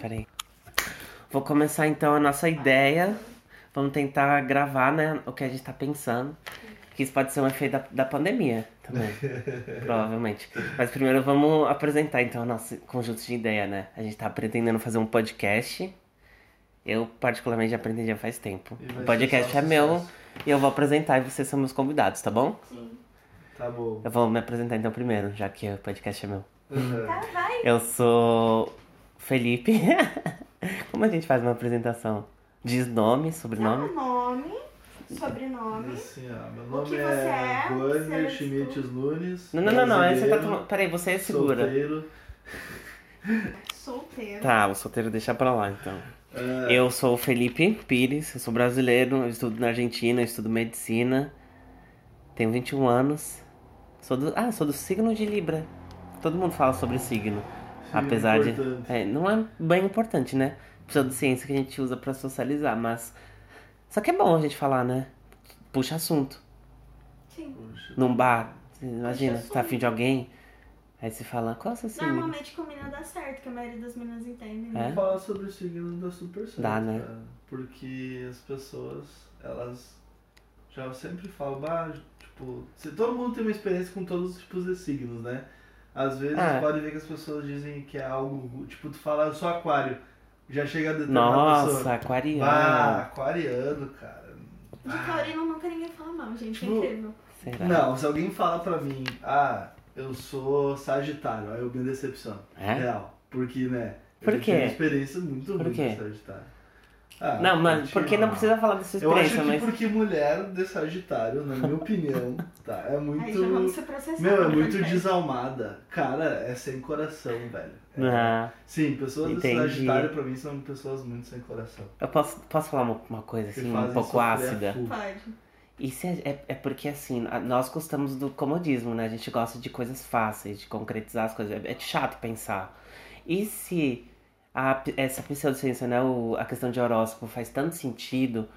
Peraí. Vou começar então a nossa ideia. Vamos tentar gravar, né? O que a gente tá pensando. Que isso pode ser um efeito da, da pandemia também. provavelmente. Mas primeiro vamos apresentar então o nosso conjunto de ideia, né? A gente tá pretendendo fazer um podcast. Eu, particularmente, já aprendi já faz tempo. E vai O ser podcast só é meu sucesso. e eu vou apresentar e vocês são meus convidados, tá bom? Sim. Tá bom. Eu vou me apresentar então primeiro, já que o podcast é meu. Uhum. Tá, vai. Eu sou Felipe. Como a gente faz uma apresentação? Diz nome, Dá sobrenome. um nome, sobrenome. Assim, ó, meu O que nome você é? é Vânia Você Schmitz Nunes. Não, não, não, não. Aí você tá brasileiro, tomando. Peraí, você segura. Solteiro. Solteiro. Tá, o solteiro deixa pra lá então. É, Eu sou o Felipe Pires, eu sou brasileiro, eu estudo na Argentina, eu estudo medicina. Tenho 21 anos. Sou do. Ah, sou do signo de Libra. Todo mundo fala sobre signo. sim, apesar de. importante. É, não é bem importante, né? Pseudociência que a gente usa pra socializar, mas. Só que é bom a gente falar, né? Puxa assunto. Sim. Puxa. é, Num bar. Você imagina, assunto. você tá afim de alguém. Aí você fala, qual é o seu signo? Normalmente combina dá certo, que a maioria das meninas entende, É? né? Falar sobre o signo dá super certo. Dá, né? cara. Porque as pessoas, elas já sempre falam, bah, tipo, se, todo mundo tem uma experiência com todos os tipos de signos, né? Às vezes Ah. pode ver que as pessoas dizem que é algo, tipo, tu fala, eu sou aquário, já chega a determinar a pessoa. Nossa, aquariano. Bah, aquariano, cara. É? De taurino nunca ninguém fala mal, gente. Tipo, É incrível. Será? Não, se alguém falar pra mim, ah, eu sou sagitário, aí eu me decepciono. É? Real. Porque, né? Por eu já quê? tive uma experiência muito Por ruim quê? de Sagitário. Ah, Não, mas gente, porque não precisa falar dessa Eu acho que experiência, mas. porque mulher de Sagitário, na minha opinião, tá, Aí é já vamos muito. ser processados. Meu, é né, muito gente? desalmada. Cara, é sem coração, velho. É. Ah, Sim, pessoas Entendi. de Sagitário pra mim são pessoas muito sem coração. eu posso, posso falar uma, uma coisa que assim, um fazem pouco sofrer a ácida? full. Pode. Isso é, é, é porque, assim, a- nós gostamos do comodismo, né? A gente gosta de coisas fáceis, de concretizar as coisas. É, é chato pensar. E se a, essa pseudociência, né? O, a questão de horóscopo faz tanto sentido,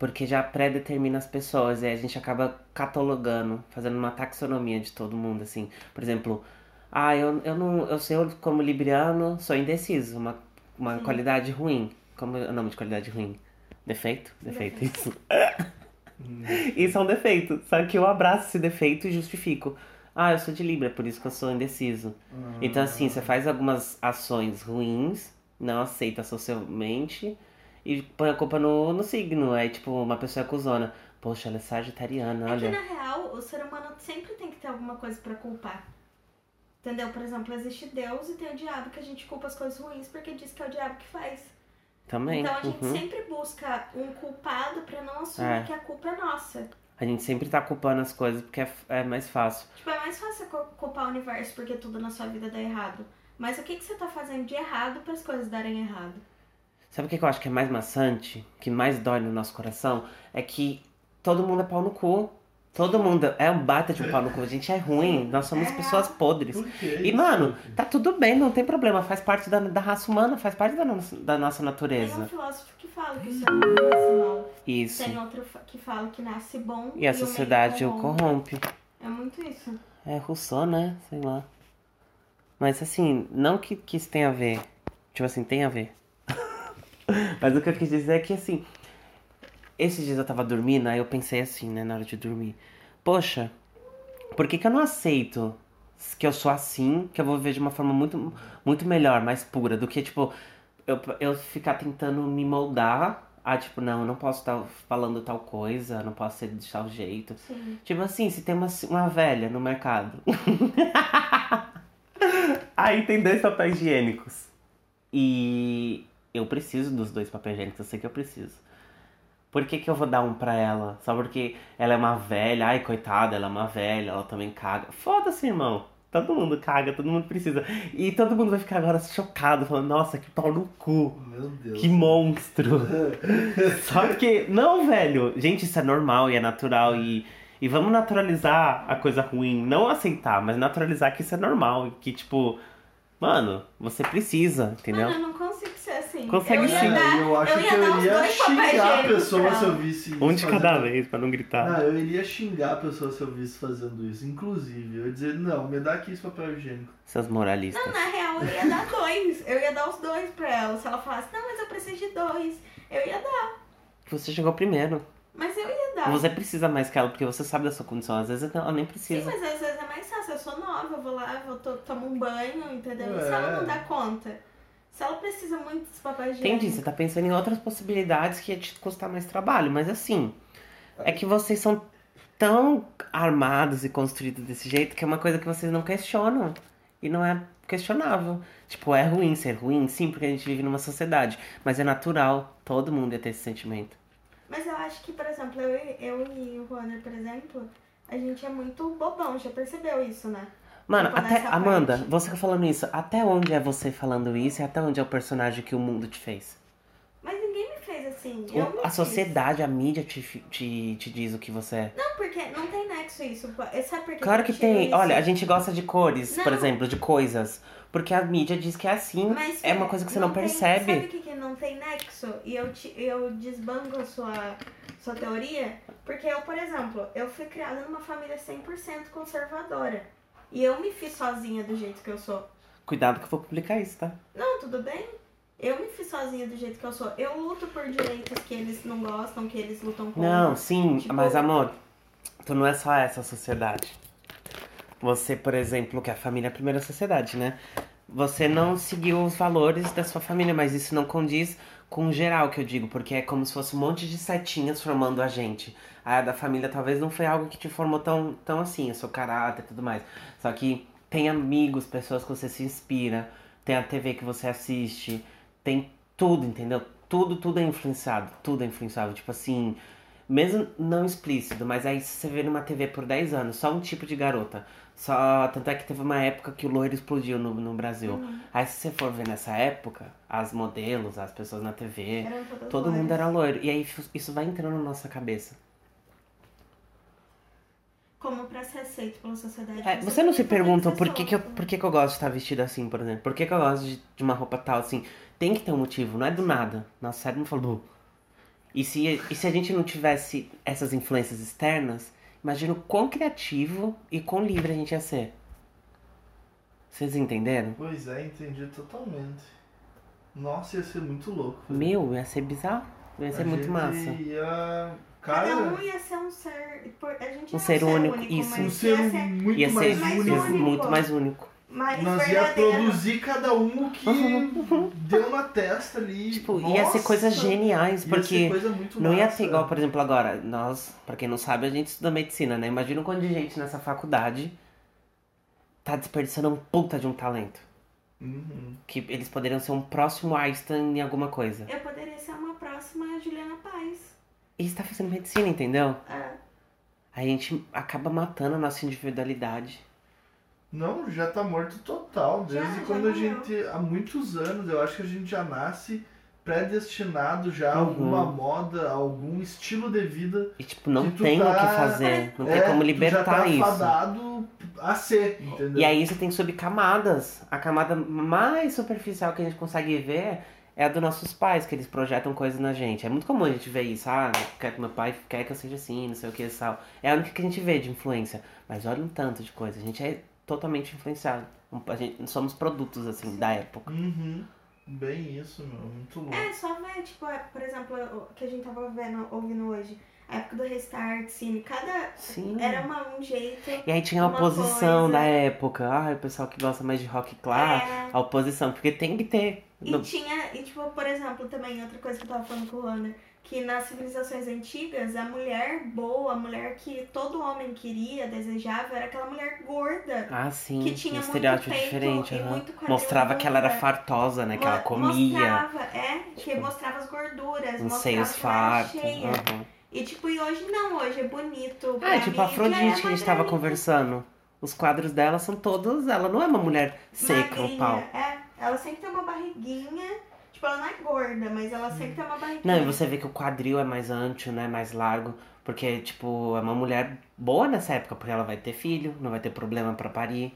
porque já pré-determina as pessoas, e aí a gente acaba catalogando, fazendo uma taxonomia de todo mundo, assim. Por exemplo, ah, eu, eu não. Eu sei, eu, como libriano, sou indeciso, uma, uma Sim. qualidade ruim. Como é o nome de qualidade ruim? Defeito? Defeito, Defeito. isso. Hum. Isso é um defeito. Só que eu abraço esse defeito e justifico. Ah, eu sou de Libra, por isso que eu sou indeciso. Ah, Então, assim, você faz algumas ações ruins, não aceita socialmente e põe a culpa no, no signo. Aí, tipo, uma pessoa é cuzona. Poxa, ela é sagitariana, É que olha. na real, o ser humano sempre tem que ter alguma coisa pra culpar. Entendeu? Por exemplo, existe Deus e tem o diabo que a gente culpa as coisas ruins porque diz que é o diabo que faz. Também. Então a gente uhum. sempre busca um culpado pra não assumir É. que a culpa é nossa. A gente sempre tá culpando as coisas porque é, é mais fácil. Tipo, é mais fácil co- culpar o universo porque tudo na sua vida dá errado. Mas o que, que você tá fazendo de errado para as coisas darem errado? Sabe o que que eu acho que é mais maçante? Que mais dói no nosso coração? É que todo mundo é pau no cu. Todo mundo é um bata de um pau no cu. A gente é ruim. Nós somos É. pessoas podres. por quê? E, mano, tá tudo bem, não tem problema. Faz parte da, da raça humana, faz parte da, nossa- da nossa Tem um natureza. filósofo que fala que o ser humano nasce mal. Isso. Tem outro fa- que fala que nasce bom. E a o meio sociedade o corrompe. corrompe. É muito isso. É Rousseau, né? Sei lá. Mas assim, não que, que isso tenha a ver. Tipo assim, tem a ver. Mas o que eu quis dizer é que assim. Esses dias eu tava dormindo, aí eu pensei assim, né, na hora de dormir. Poxa, por que, que eu não aceito que eu sou assim, que eu vou viver de uma forma muito, muito melhor, mais pura, do que, tipo, eu, eu ficar tentando me moldar a, tipo, não, eu não posso estar falando tal coisa, eu não posso ser de tal jeito. Sim. Tipo assim, se tem uma, uma velha no mercado. Aí tem dois papéis higiênicos. E eu preciso dos dois papéis higiênicos, eu sei que eu preciso. Por que, que eu vou dar um pra ela? Só porque ela é uma velha, ai coitada, ela é uma velha, ela também caga. Foda-se, irmão. Todo mundo caga, todo mundo precisa. E todo mundo vai ficar agora chocado, falando, nossa, que pau no cu, Oh, Meu Deus. que monstro. Só que, não, velho. Gente, isso é normal e é natural. E, e vamos naturalizar a coisa ruim. Não aceitar, mas naturalizar que isso é normal. E que, tipo, mano, você precisa, entendeu? Mano, eu não consigo ser assim. assim. Consegue eu ia sim. Dar, eu acho ia dar que eu uns ia dois papéis xingar a higiênicos pra pessoa ela. se eu visse isso. Um de cada fazendo- vez, pra não gritar. Não, eu iria xingar a pessoa se eu visse fazendo isso. Inclusive, eu ia dizer, não, me dá aqui esse papel higiênico. Essas Não, moralistas. na real, eu ia dar dois. Eu ia dar os dois pra ela. Se ela falasse, não, mas eu preciso de dois. Eu ia dar. Você chegou primeiro. Mas eu ia dar. Você precisa mais que ela, porque você sabe da sua condição. Às vezes ela nem Sim, precisa. mas às vezes é mais fácil. Eu sou nova, eu vou lá, eu vou to tomo um banho, entendeu? E É. se ela não dá conta? Se ela precisa muito desse papel higiênico. Entendi, você tá pensando em outras possibilidades que ia te custar mais trabalho, mas assim, é que vocês são tão armados e construídos desse jeito que é uma coisa que vocês não questionam. E não é questionável. Tipo, é ruim ser ruim, sim, porque a gente vive numa sociedade. Mas é natural, todo mundo ia ter esse sentimento. Mas eu acho que, por exemplo, eu, e- eu e o Juaner, por exemplo, a gente é muito bobão, já percebeu isso, né? Mano, Tipo, até. nessa Amanda, parte. você tá falando isso, até onde é você falando isso e até onde é o personagem que o mundo te fez? Mas ninguém me fez assim. O- eu me a fiz. sociedade, a mídia te, fi- te, te diz o que você é. Não, porque não tem nexo isso. Sabe por que Claro eu que tiro tem. isso? Olha, a gente gosta de cores, Não. por exemplo, de coisas. Porque a mídia diz que é assim. Mas é uma coisa que você não tem- percebe. sabe o que, que não tem nexo? E eu, te- eu desbanco a sua, sua teoria, porque eu, por exemplo, eu fui criada numa família 100% conservadora. E eu me fiz sozinha do jeito que eu sou. Cuidado que eu vou publicar isso, tá? Não, tudo bem? Eu me fiz sozinha do jeito que eu sou. Eu luto por direitos que eles não gostam, que eles lutam contra. Não, sim, Tipo- mas amor, tu não é só essa sociedade. Você, por exemplo, que a família é a primeira sociedade, né? Você não seguiu os valores da sua família, mas isso não condiz com o geral que eu digo, porque é como se fosse um monte de setinhas formando a gente. A da família talvez não foi algo que te formou tão, tão assim, o seu caráter e tudo mais. Só que tem amigos, pessoas que você se inspira, tem a TV que você assiste, tem tudo, entendeu? Tudo, tudo é influenciado, tudo é influenciável. Tipo assim, mesmo não explícito, mas aí se você vê numa TV por 10 anos, só um tipo de garota. Só, tanto é que teve uma época que o loiro explodiu no, no Brasil. Uhum. Aí se você for ver nessa época, as modelos, as pessoas na TV, Eram todas todo loiras. mundo era um loiro. E aí isso- isso vai entrando na nossa cabeça. Como pra ser aceito pela sociedade. É, você não se tem pergunta ser por que, que, eu, solto. por que, que eu gosto de estar vestido assim, por exemplo? Por que, que eu gosto de, de uma roupa tal assim? Tem que ter um motivo, não é do nada. Nosso cérebro não falou. E se, e se a gente não tivesse essas influências externas, imagina o quão criativo e quão livre a gente ia ser. Vocês entenderam? Pois é, entendi totalmente. Nossa, ia ser muito louco. fazer Meu, ia ser bizarro. Ia isso. ser A muito gente massa. Ia... Cada um Cara, ia ser um ser. por- A gente Um é ser único, isso. mas é um ia ser ser muito Ia ser mais mais único. único. muito mais único. mais Nós ia verdadeiro. produzir cada um o que deu na testa ali. Tipo, ia ser Nossa, coisas geniais, ia porque. ser coisa muito Não ia massa. ser igual, por exemplo, agora, nós, pra quem não sabe, a gente estuda medicina, né? Imagina o quanto de gente nessa faculdade tá desperdiçando um puta de um talento. Uhum. Que eles poderiam ser um próximo Einstein em alguma coisa. Eu poderia ser uma próxima Juliana Paz. E você tá fazendo medicina, entendeu? Ah, A gente acaba matando a nossa individualidade. Não, já tá morto total. Já, Desde já quando a morreu. gente. Há muitos anos, eu acho que a gente já nasce predestinado já a Uhum. alguma moda, a algum estilo de vida. E, tipo, não E tu tem o tá- que fazer. Não É, tem como tu já libertar tá isso. fadado a ser, entendeu? Né? E aí você tem que subir camadas. A camada mais superficial que a gente consegue ver é a dos nossos pais, que eles projetam coisas na gente. É muito comum a gente ver isso, ah, quer que meu pai quer que eu seja assim, não sei o que, tal. É a única que a gente vê de influência. Mas olha um tanto de coisa, a gente é totalmente influenciado. Um- A gente, somos produtos, assim, da época. Uhum. Bem isso, meu. Muito Hum. louco. é, só ver, tipo, é, por exemplo, o que a gente tava vendo, ouvindo hoje. A época do restart, cine. Cada. Sim. Era uma, um jeito. E aí tinha a uma oposição coisa. da época. Ah, o pessoal que gosta mais de rock clássico. É, A oposição, porque tem que ter. E No- tinha, e tipo, por exemplo, também outra coisa que eu tava falando com o Rona, que nas civilizações antigas, a mulher boa, a mulher que todo homem queria, desejava, era aquela mulher gorda. Ah, sim. que tinha um muito estereótipo peito diferente. e aham. muito quadril Mostrava que ela era curva. fartosa, né? Que ela Mo- comia. tipo, Mostrava, é, que mostrava as gorduras, Os mostrava seios que ela era fartos. cheia. aham. E tipo, e hoje não, hoje é bonito. Ah, pra é tipo mídia, a Afrodite que a gente é tava magrelinha, conversando. Os quadros dela são todos. Ela não é uma mulher seca ou magrinha, pau. É, ela sempre tem uma barriguinha, tipo, ela não é gorda, mas ela sempre tem uma barriguinha. Não, e você vê que o quadril é mais ancho, né? Mais largo. Porque, tipo, é uma mulher boa nessa época, porque ela vai ter filho, não vai ter problema pra parir.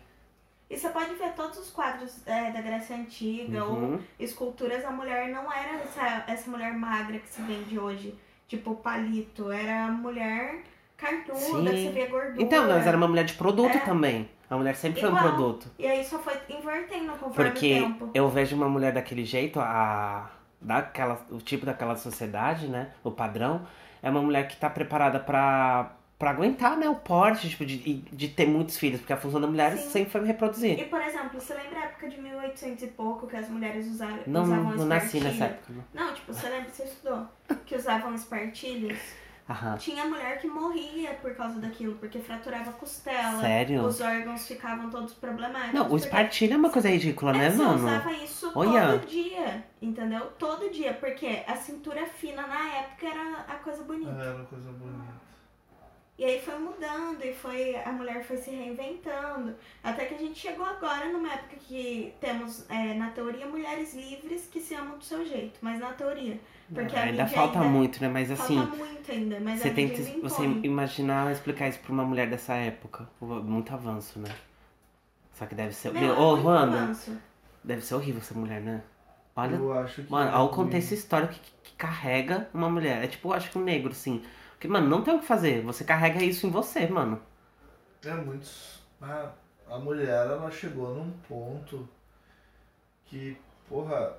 E você pode ver todos os quadros é, da Grécia Antiga ou Uhum. esculturas, a mulher não era essa, essa mulher magra que se vende hoje, tipo palito, era a mulher carnuda, que Sim. você vê gordura. Então, mas era uma mulher de produto É. também. A mulher sempre foi um Igual. produto. E aí só foi invertendo conforme Porque o tempo. eu vejo uma mulher daquele jeito, a daquela, o tipo daquela sociedade, né? O padrão é uma mulher que tá preparada pra pra aguentar, né, o porte, tipo, de, e- de ter muitos filhos, porque a função da mulher é Sim. sempre foi reproduzir. E, por exemplo, você lembra a época de 1800 e pouco que as mulheres usavam, Não, usavam não nasci espartilho? nessa época. né? Não, tipo, você lembra, você estudou, que usavam espartilhos? Aham. Tinha mulher que morria por causa daquilo, porque fraturava a costela, Sério? os órgãos ficavam todos problemáticos. Não, o porque- espartilho é uma coisa ridícula, né, É, você mano? usava isso Olha. todo dia, entendeu? Todo dia, porque a cintura fina na época era a coisa bonita. Era uma coisa bonita. E aí foi mudando e foi a mulher foi se reinventando, até que a gente chegou agora numa época que temos é, na teoria mulheres livres que se amam do seu jeito, mas na teoria, porque a ainda mídia falta ainda- muito, né? Mas assim, falta muito ainda, mas você a tem mídia que ainda você impõe. imaginar explicar isso pra uma mulher dessa época. Muito avanço, né? Só que deve ser. Meu, é Ô, muito Juana, avanço. Deve ser horrível essa mulher, né? Olha, eu acho que. mano, ao contexto histórico que, que carrega uma mulher. É tipo, eu acho que um negro, assim. Porque, mano, não tem o que fazer. Você carrega isso em você, mano. É muitos. A, a mulher, ela chegou num ponto que, porra,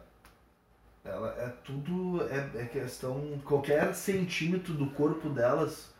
ela é tudo. É, é questão. Qualquer centímetro do corpo delas,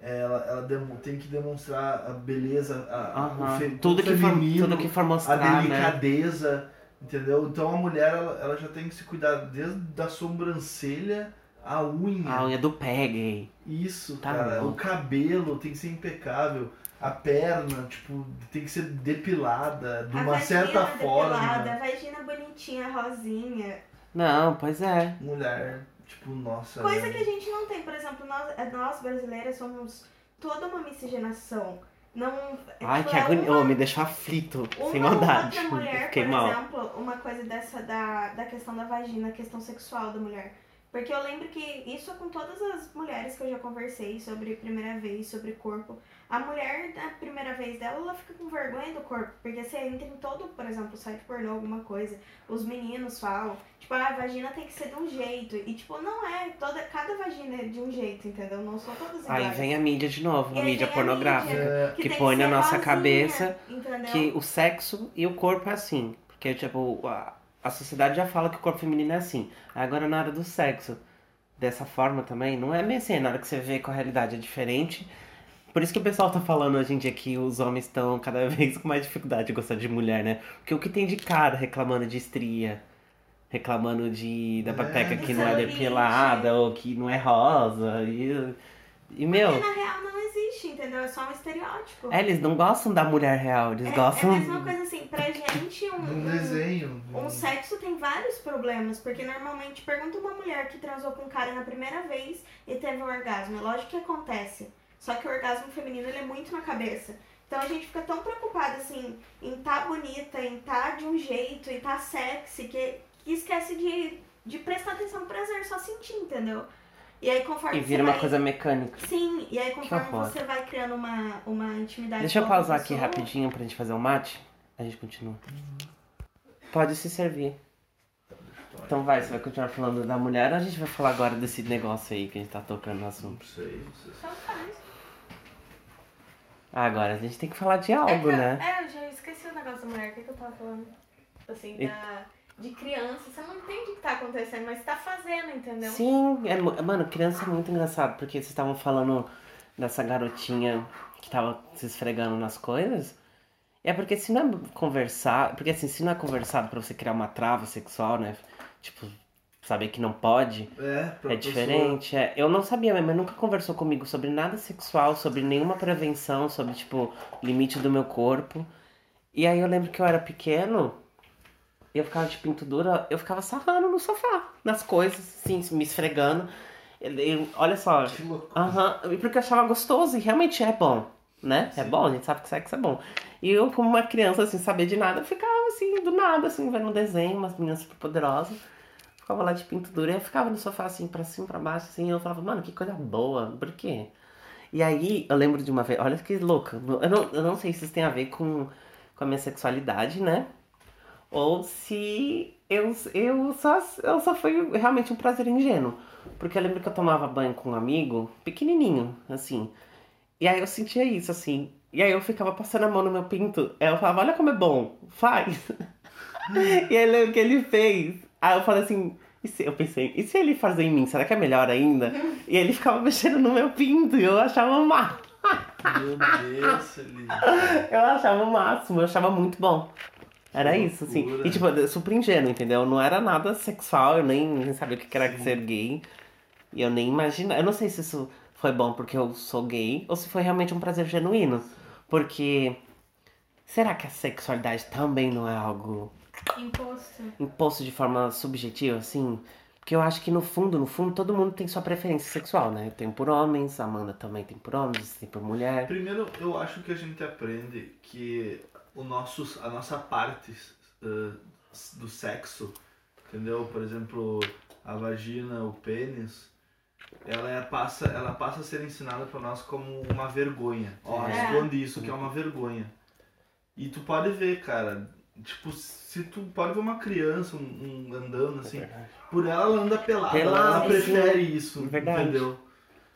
é, ela, ela demo- tem que demonstrar a beleza, a, a- Aham. o fe- tudo, o que for, feminino, tudo que for a mostrar, né? delicadeza, entendeu? Então a mulher, ela, ela já tem que se cuidar desde da sobrancelha à unha. A unha do pé gay. Isso, Tá cara. bom. O cabelo tem que ser impecável. A perna, tipo, tem que ser depilada de A uma vagina certa depilada, forma. né? A vagina bonitinha, rosinha. Não, pois é. Mulher, tipo, nossa. Coisa né? que a gente não tem, por exemplo, nós, eh, nós brasileiras somos toda uma miscigenação. Não, é, Ai, tipo, que é agonia. uma- Ô, me deixou aflito. uma sem ou maldade. Outra mulher, Fiquei por mal. exemplo, uma coisa dessa da, da questão da vagina, a questão sexual da mulher. Porque eu lembro que isso é com todas as mulheres que eu já conversei sobre primeira vez, sobre corpo. A mulher, na primeira vez dela, ela fica com vergonha do corpo. Porque você entra em todo, por exemplo, site pornô, alguma coisa. Os meninos falam, tipo, ah, a vagina tem que ser de um jeito. E, tipo, não é. Toda, cada vagina é de um jeito, entendeu? Não são todas iguais. Aí vem a mídia de novo, E a aí mídia vem a pornográfica. mídia, É, que tem põe na ser nossa rosinha, cabeça entendeu? Que o sexo e o corpo é assim. Porque, tipo, a, a sociedade já fala que o corpo feminino é assim. Agora, na hora do sexo, dessa forma também, não é bem assim. Na hora que você vê com a realidade é diferente. Por isso que o pessoal tá falando hoje em dia que os homens estão cada vez com mais dificuldade de gostar de mulher, né? Porque o que tem de cara reclamando de estria, reclamando de da É. pepeca que Do não é celulite. depilada ou que não é rosa. E, e meu. E na real não existe, entendeu? É só um estereótipo. É, eles não gostam da mulher real, eles É- gostam. é a mesma coisa assim, pra gente um, num um, desenho. um sexo tem vários problemas, porque normalmente pergunta uma mulher que transou com um cara na primeira vez e teve um orgasmo. É lógico que acontece. Só que o orgasmo feminino ele é muito na cabeça. Então a gente fica tão preocupada assim em tá bonita, em tá de um jeito, em tá sexy, que, que esquece de, de prestar atenção no prazer, só sentir, entendeu? E aí conforme E vira você uma vai- coisa mecânica. Sim, e aí conforme Que horror. você vai criando uma, uma intimidade. Deixa eu com outra pausar aqui pessoa- rapidinho pra gente fazer um mate. A gente continua. Pode se servir. Então vai, você vai continuar falando da mulher ou a gente vai falar agora desse negócio aí que a gente tá tocando no assunto? Não sei, não sei. se- Então faz. Ah, agora a gente tem que falar de É, que algo, eu- né? É, eu já esqueci o negócio da mulher, o que, que eu tava falando? Assim, E- da, de criança, você não entende o que tá acontecendo, mas tá fazendo, entendeu? Sim, é, mu- mano, criança é muito engraçado, porque vocês estavam falando dessa garotinha que tava se esfregando nas coisas. É porque se não é conversar, porque assim, se não é conversado pra você criar uma trava sexual, né? Tipo, saber que não pode, É, pra é pessoa- diferente. é. Eu não sabia, minha mãe nunca conversou comigo sobre nada sexual, sobre nenhuma prevenção, sobre, tipo, limite do meu corpo. E aí eu lembro que eu era pequeno, eu ficava de pinto dura, eu ficava sarrando no sofá, nas coisas, assim, me esfregando. Eu- eu- olha só, Que loucura. Aham, e porque eu achava gostoso e realmente é bom, né? É Sim. bom, a gente sabe que sexo é bom. E eu, como uma criança, assim, saber de nada, eu ficava assim, do nada, assim, vendo um desenho, umas meninas super poderosas. Ficava lá de pinto dura e eu ficava no sofá, assim, pra cima, pra baixo, assim, e eu falava, mano, que coisa boa, por quê? E aí, eu lembro de uma vez, olha que louca, eu não, eu não sei se isso tem a ver com, com a minha sexualidade, né? Ou se eu, eu, só, eu só foi realmente um prazer ingênuo. Porque eu lembro que eu tomava banho com um amigo, pequenininho, assim. E aí eu sentia isso, assim. E aí eu ficava passando a mão no meu pinto. Aí eu falava, olha como é bom, faz. e aí eu lembro que ele fez. Aí eu falei assim, e se- eu pensei, e se ele fazer em mim, será que é melhor ainda? e ele ficava mexendo no meu pinto e eu achava o máximo. Meu Deus, Celina. Eu achava o máximo, eu achava muito bom. Era Que isso, assim. loucura. E tipo, eu- super ingênuo, entendeu? Não era nada sexual, eu nem, nem sabia o que era Sim. ser gay. E eu nem imaginava. Eu não sei se isso foi bom porque eu sou gay ou se foi realmente um prazer genuíno. Porque. Será que a sexualidade também não é algo Imposto. imposto de forma subjetiva, assim. Porque eu acho que no fundo, no fundo, todo mundo tem sua preferência sexual, né? Eu tenho por homens, a Amanda também tem por homens, tem por mulher. Primeiro, eu acho que a gente aprende que o nosso, a nossa parte eh, do sexo, entendeu? Por exemplo, a vagina, o pênis, ela é- passa, ela passa a ser ensinada para nós como uma vergonha. Ó, É. esconde isso, que é uma vergonha. E tu pode ver, cara, tipo, se tu pode ver uma criança um- um andando assim, por ela ela anda pelada, É. Pelada, ela sim. prefere isso, Verdade. entendeu?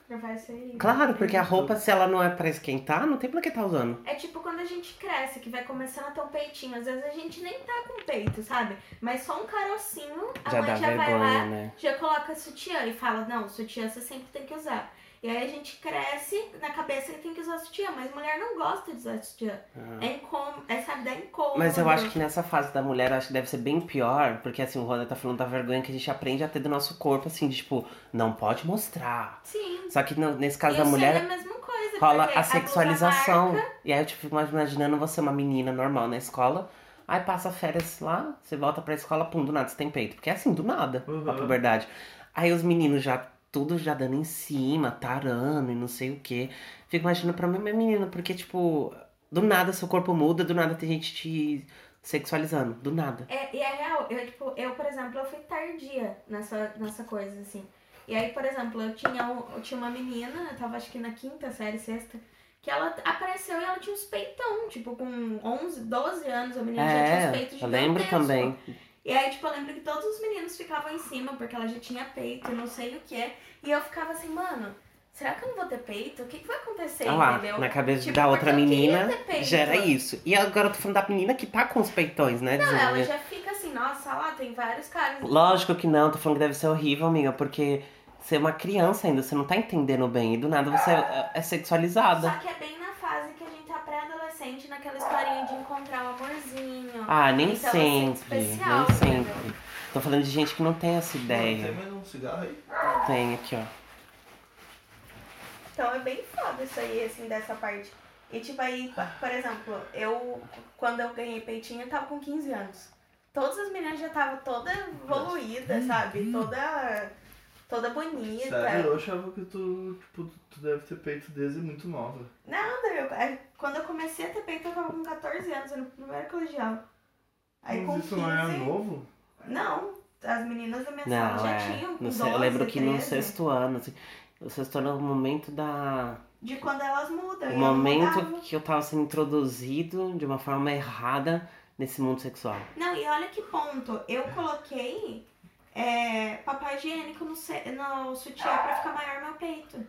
Não vai ser isso. Claro, porque a roupa, se ela não é pra esquentar, não tem pra que tá usando. É tipo quando a gente cresce, que vai começando a ter um peitinho. Às vezes a gente nem tá com peito, sabe? Mas só um carocinho, a Já mãe dá já vai vergonha, lá, né? já coloca sutiã e fala, não, sutiã você sempre tem que usar. E aí a gente cresce, na cabeça que tem que usar sutiã, mas mulher não gosta de usar sutiã. Ah. É incômodo, é sabe, dá incômodo. Mas eu acho que nessa fase da mulher, eu acho que deve ser bem pior, porque assim, o Roda tá falando da vergonha que a gente aprende a ter do nosso corpo, assim, de tipo, não pode mostrar. Sim. Só que no- nesse caso e da o mulher, seio é a mesma coisa. rola porque a blusa sexualização. marca, E aí eu tipo, fico imaginando você, uma menina normal na escola. Aí passa férias lá, você volta pra escola, pum, do nada você tem peito. Porque é assim, do nada, a Uhum. puberdade. Aí os meninos já, tudo já dando em cima, tarando e não sei o quê. Fico imaginando pra mim, minha menina, porque tipo, do nada seu corpo muda, do nada tem gente te sexualizando, do nada. É, e é real, eu, tipo, eu, por exemplo, eu fui tardia nessa, nessa coisa, assim. E aí, por exemplo, eu tinha, um- eu tinha uma menina, eu tava acho que na quinta série, sexta, que ela apareceu e ela tinha uns peitão, tipo, com 11, 12 anos, a menina já tinha uns É, peitos eu lembro gigantescos. também. E aí, tipo, eu lembro que todos os meninos ficavam em cima, porque ela já tinha peito, não sei o que. E eu ficava assim, mano, será que eu não vou ter peito? O que, que vai acontecer, Olha lá, entendeu? na cabeça Tipo, da porque outra eu queria menina, ter peito. já era isso. E agora eu tô falando da menina que tá com os peitões, né? Não, desenvolvendo. ela já fica assim, nossa, lá tem vários caras. Lógico que não, tô falando que deve ser horrível, amiga, porque você é uma criança ainda, você não tá entendendo bem, e do nada você é, é sexualizada. Só que é bem na fase que a gente tá pré-adolescente, naquela historinha de encontrar o amorzinho. Ah, nem Então, assim, sempre, especial, nem entendeu? sempre. Tô falando de gente que não tem essa Tem ideia. mais um cigarro aí? Tem aqui, ó. Então é bem foda isso aí, assim, dessa parte. E tipo aí, pa- por exemplo, eu quando eu ganhei peitinho, eu tava com 15 anos. Todas as meninas já estavam toda evoluída, sabe? Toda. toda bonita. Uhum. Sério, eu achava que tu, tipo, tu deve ter peito desde muito nova. Nada, eu, é, quando eu comecei a ter peito, eu tava com 14 anos, era no primeiro colegial. Aí com Mas 15. isso não é novo? Não, as meninas da minha sala um Não, já é. tinham. com Não sei, eu 12, lembro que no 13. sexto ano, assim, o sexto ano é o momento da. De quando elas Então, mudam. e O eu momento mudava. que eu tava sendo introduzido de uma forma errada nesse mundo sexual. Não, e olha que ponto. Eu coloquei é, papai higiênico no, se- no sutiã pra ficar maior meu peito.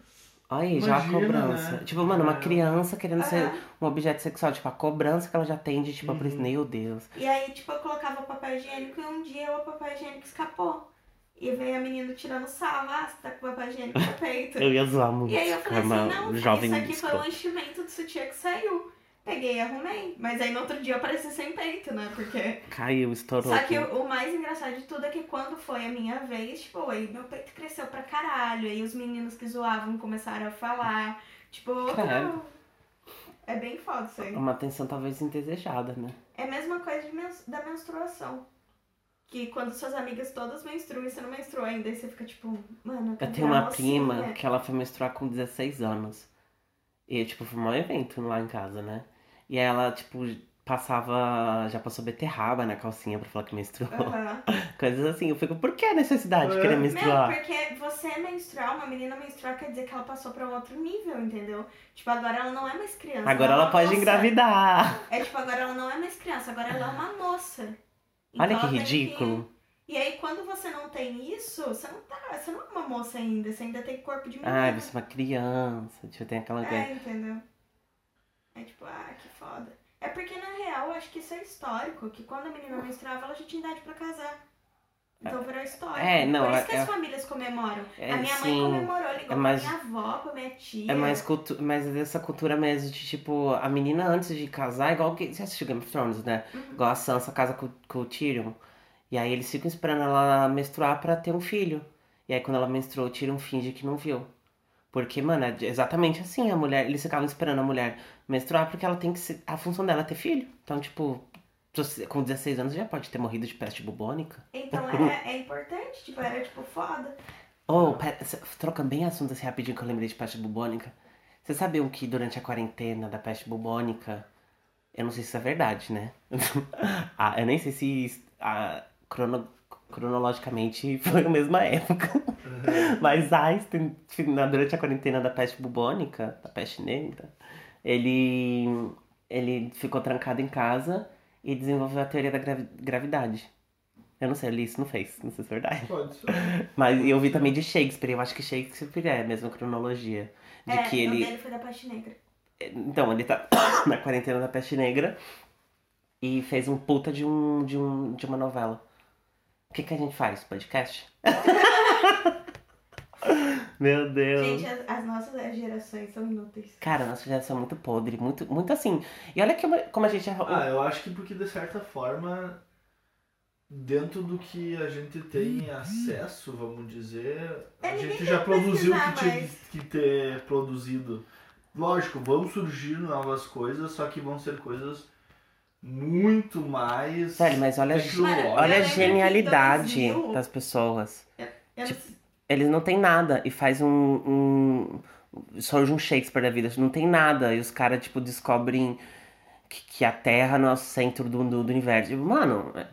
Olha aí, já a Imagina, cobrança. né? Tipo, mano, uma É. criança querendo ser Aham. um objeto sexual, tipo, a cobrança que ela já tem de, tipo, a pres- Uhum. meu Deus. E aí, tipo, eu colocava papai higiênico e um dia o papai higiênico escapou. E veio a menina tirando sarro, ah, você tá com papai higiênico no peito. Eu ia zoar muito. E aí eu falei assim, Calma, não, jovem isso aqui foi um escroto. enchimento do sutiã que saiu. Peguei e arrumei. Mas aí no outro dia eu apareci sem peito, né? Porque. Caiu, estourou. Só que aqui. o o mais engraçado de tudo é que quando foi a minha vez, tipo, aí meu peito cresceu pra caralho. Aí os meninos que zoavam começaram a falar. Tipo, Caralho. é bem foda isso aí. Uma atenção talvez indesejada, né? É a mesma coisa de mens- da menstruação. Que quando suas amigas todas menstruam e você não menstrua ainda, aí você fica tipo, mano, né?" Eu cadê tenho a uma mocinha?" prima que ela foi menstruar com 16 anos. E, tipo, foi um evento lá em casa, né? E ela, tipo, passava. Já passou beterraba na calcinha pra falar que menstruou. Aham. Coisas assim. Eu fico, por que a necessidade de É. querer Não, menstruar? porque você menstruar, uma menina menstruar quer dizer que ela passou pra um outro nível, entendeu? Tipo, agora ela não é mais criança. Agora é ela uma pode moça. engravidar. É tipo, agora ela não é mais criança, agora ela é uma moça. Então Ah. Olha que ela tem ridículo. E aí, quando você não tem isso, você não tá. Você não é uma moça ainda, você ainda tem corpo de menina. Ai, você é uma criança. Tipo, tem aquela coisa. É, entendeu? É tipo, ah, que foda. É porque, na real, eu acho que isso é histórico, que quando a menina menstruava, ela já tinha idade pra casar. Então virou histórico. É, não, Por isso que é- as famílias comemoram. É, a minha sim. mãe comemorou, ligou É mais- pra minha avó, pra minha tia. É mais, cultu mais dessa cultura mesmo de tipo, a menina antes de casar, igual que. Você assistiu Game of Thrones, né? Uhum. Igual a Sansa casa com, com o Tyrion. E aí eles ficam esperando ela menstruar pra ter um filho. E aí quando ela menstruou, o Tyrion finge que não viu. Porque, mano, é exatamente assim a mulher. Eles ficavam esperando a mulher menstruar porque ela tem que ser. A função dela é ter filho. Então, tipo, você- com 16 anos já pode ter morrido de peste bubônica. Então é, é importante, tipo, era tipo foda. Oh, pera, cê- troca bem assunto assim rapidinho que eu lembrei de peste bubônica. Vocês sabiam que durante a quarentena da peste bubônica, eu não sei se isso é verdade, né? ah, eu nem sei se isso- ah, crono- cronologicamente foi a mesma época. Mas Einstein, na- durante a quarentena da peste bubônica, da peste negra, ele, ele ficou trancado em casa e desenvolveu a teoria da gravi- gravidade. Eu não sei, eu li isso, não fez, não sei se é verdade. Pode ser. Mas eu vi também de Shakespeare, eu acho que Shakespeare é a mesma cronologia. De é, que o ele. dele foi da parte negra. Então, ele tá na quarentena da peste negra e fez um puta de um de, um, de uma novela. O que, que a gente faz? Podcast? Meu Deus. Gente, as, as nossas gerações são inúteis. Cara, nossa geração é muito podre, muito, muito assim. E olha que, como a gente é. Ah, eu acho que porque de certa forma, dentro do que a gente tem acesso, vamos dizer, a É, ninguém gente tem já que produziu o que pesquisar tinha mais. que ter produzido. Lógico, vão surgir novas coisas, só que vão ser coisas muito mais. Sério, mas olha, tecnológicas. olha a Eu lembro que em genialidade Tá, tipo, 2000 das pessoas. Eu não Eles não têm nada e faz um. um surge um Shakespeare da vida, não tem nada. E os caras, tipo, descobrem que, que a Terra não é o centro do, do, do universo. Tipo, mano, é,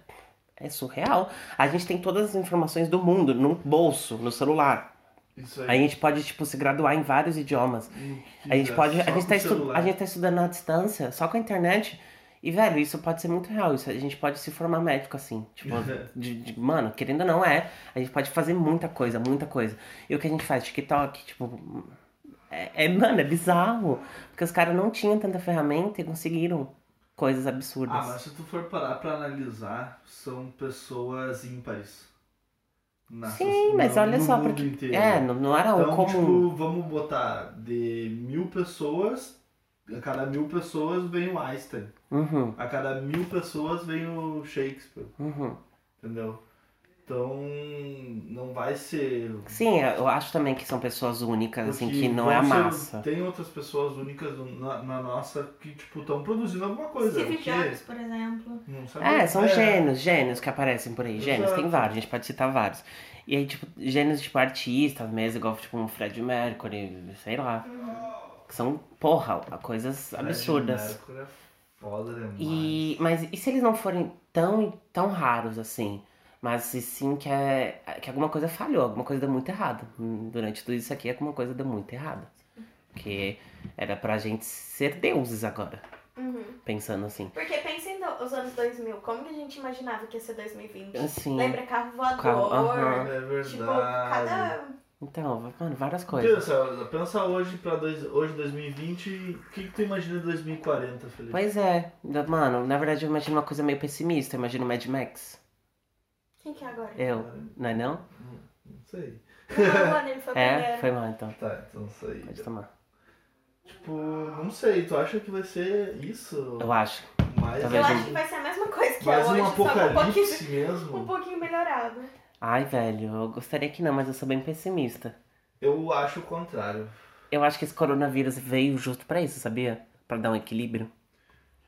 é surreal. A gente tem todas as informações do mundo no bolso, no celular. Isso A aí. gente pode, tipo, se graduar em vários idiomas. no que A gente quiser, pode. só A com gente, o tá estu- celular. a gente tá estudando à distância, só com a internet. E, velho, isso pode ser muito real. Isso, a gente pode se formar médico, assim. Tipo, de, de- mano, querendo ou não, é. A gente pode fazer muita coisa, muita coisa. E o que a gente faz? TikTok, tipo. É, é, mano, é bizarro. Porque os caras não tinham tanta ferramenta e conseguiram coisas absurdas. Ah, mas se tu for parar pra analisar, são pessoas ímpares. Na Sim, mas no- olha no só, mundo porque. inteiro. É, não, não era o Então, comum. tipo, vamos botar de mil pessoas, a cada mil pessoas vem o Einstein. Uhum, A cada mil pessoas vem o Shakespeare, uhum. entendeu? Então, não vai ser... Sim, eu acho também que são pessoas únicas, assim, porque que não é a vão ser- massa. Tem outras pessoas únicas no- na, na nossa que, tipo, estão produzindo alguma coisa. Steve o que Jobs, por exemplo. Não sabia. É, são gênios, gênios que aparecem por aí. Gênios, tem Exato. vários, a gente pode citar vários. E aí, tipo, gênios, tipo, artistas mesmo, igual, tipo, um Fred Mercury, sei lá. Que são, porra, coisas Fred absurdas. Mercury é Foda demais. E, mas e se eles não forem tão, tão raros assim? Mas se sim que, é, que alguma coisa falhou, alguma coisa deu muito errado. Hum, Durante tudo isso aqui, alguma coisa deu muito errado. Porque era pra gente ser deuses agora, Uhum. pensando assim. Porque pensa em do- os anos 2000, como que a gente imaginava que ia ser 2020? Assim, Lembra carro voador? Carro- aham. É verdade. Tipo, cada. então, mano, várias coisas. Pensa, pensa hoje pra dois, hoje 2020, o que, que tu imagina em 2040, Felipe? Pois é, Da- mano, na verdade eu imagino uma coisa meio pessimista, eu imagino Mad Max. Quem que é agora? Eu, não é não? Não sei. Não, mano, ele foi o É, primeiro. foi mal então. Tá, então não sei. Pode tomar. Tipo, não sei, tu acha que vai ser isso? Eu acho. Mais, um, Talvez Eu Mas acho que vai ser a mesma coisa que mais é hoje, um só um pouquinho, apocalipse um mesmo? pouquinho melhorado. Ai, velho, eu gostaria que não, mas eu sou bem pessimista. Eu acho o contrário. Eu acho que esse coronavírus veio justo pra isso, sabia? Pra dar um equilíbrio.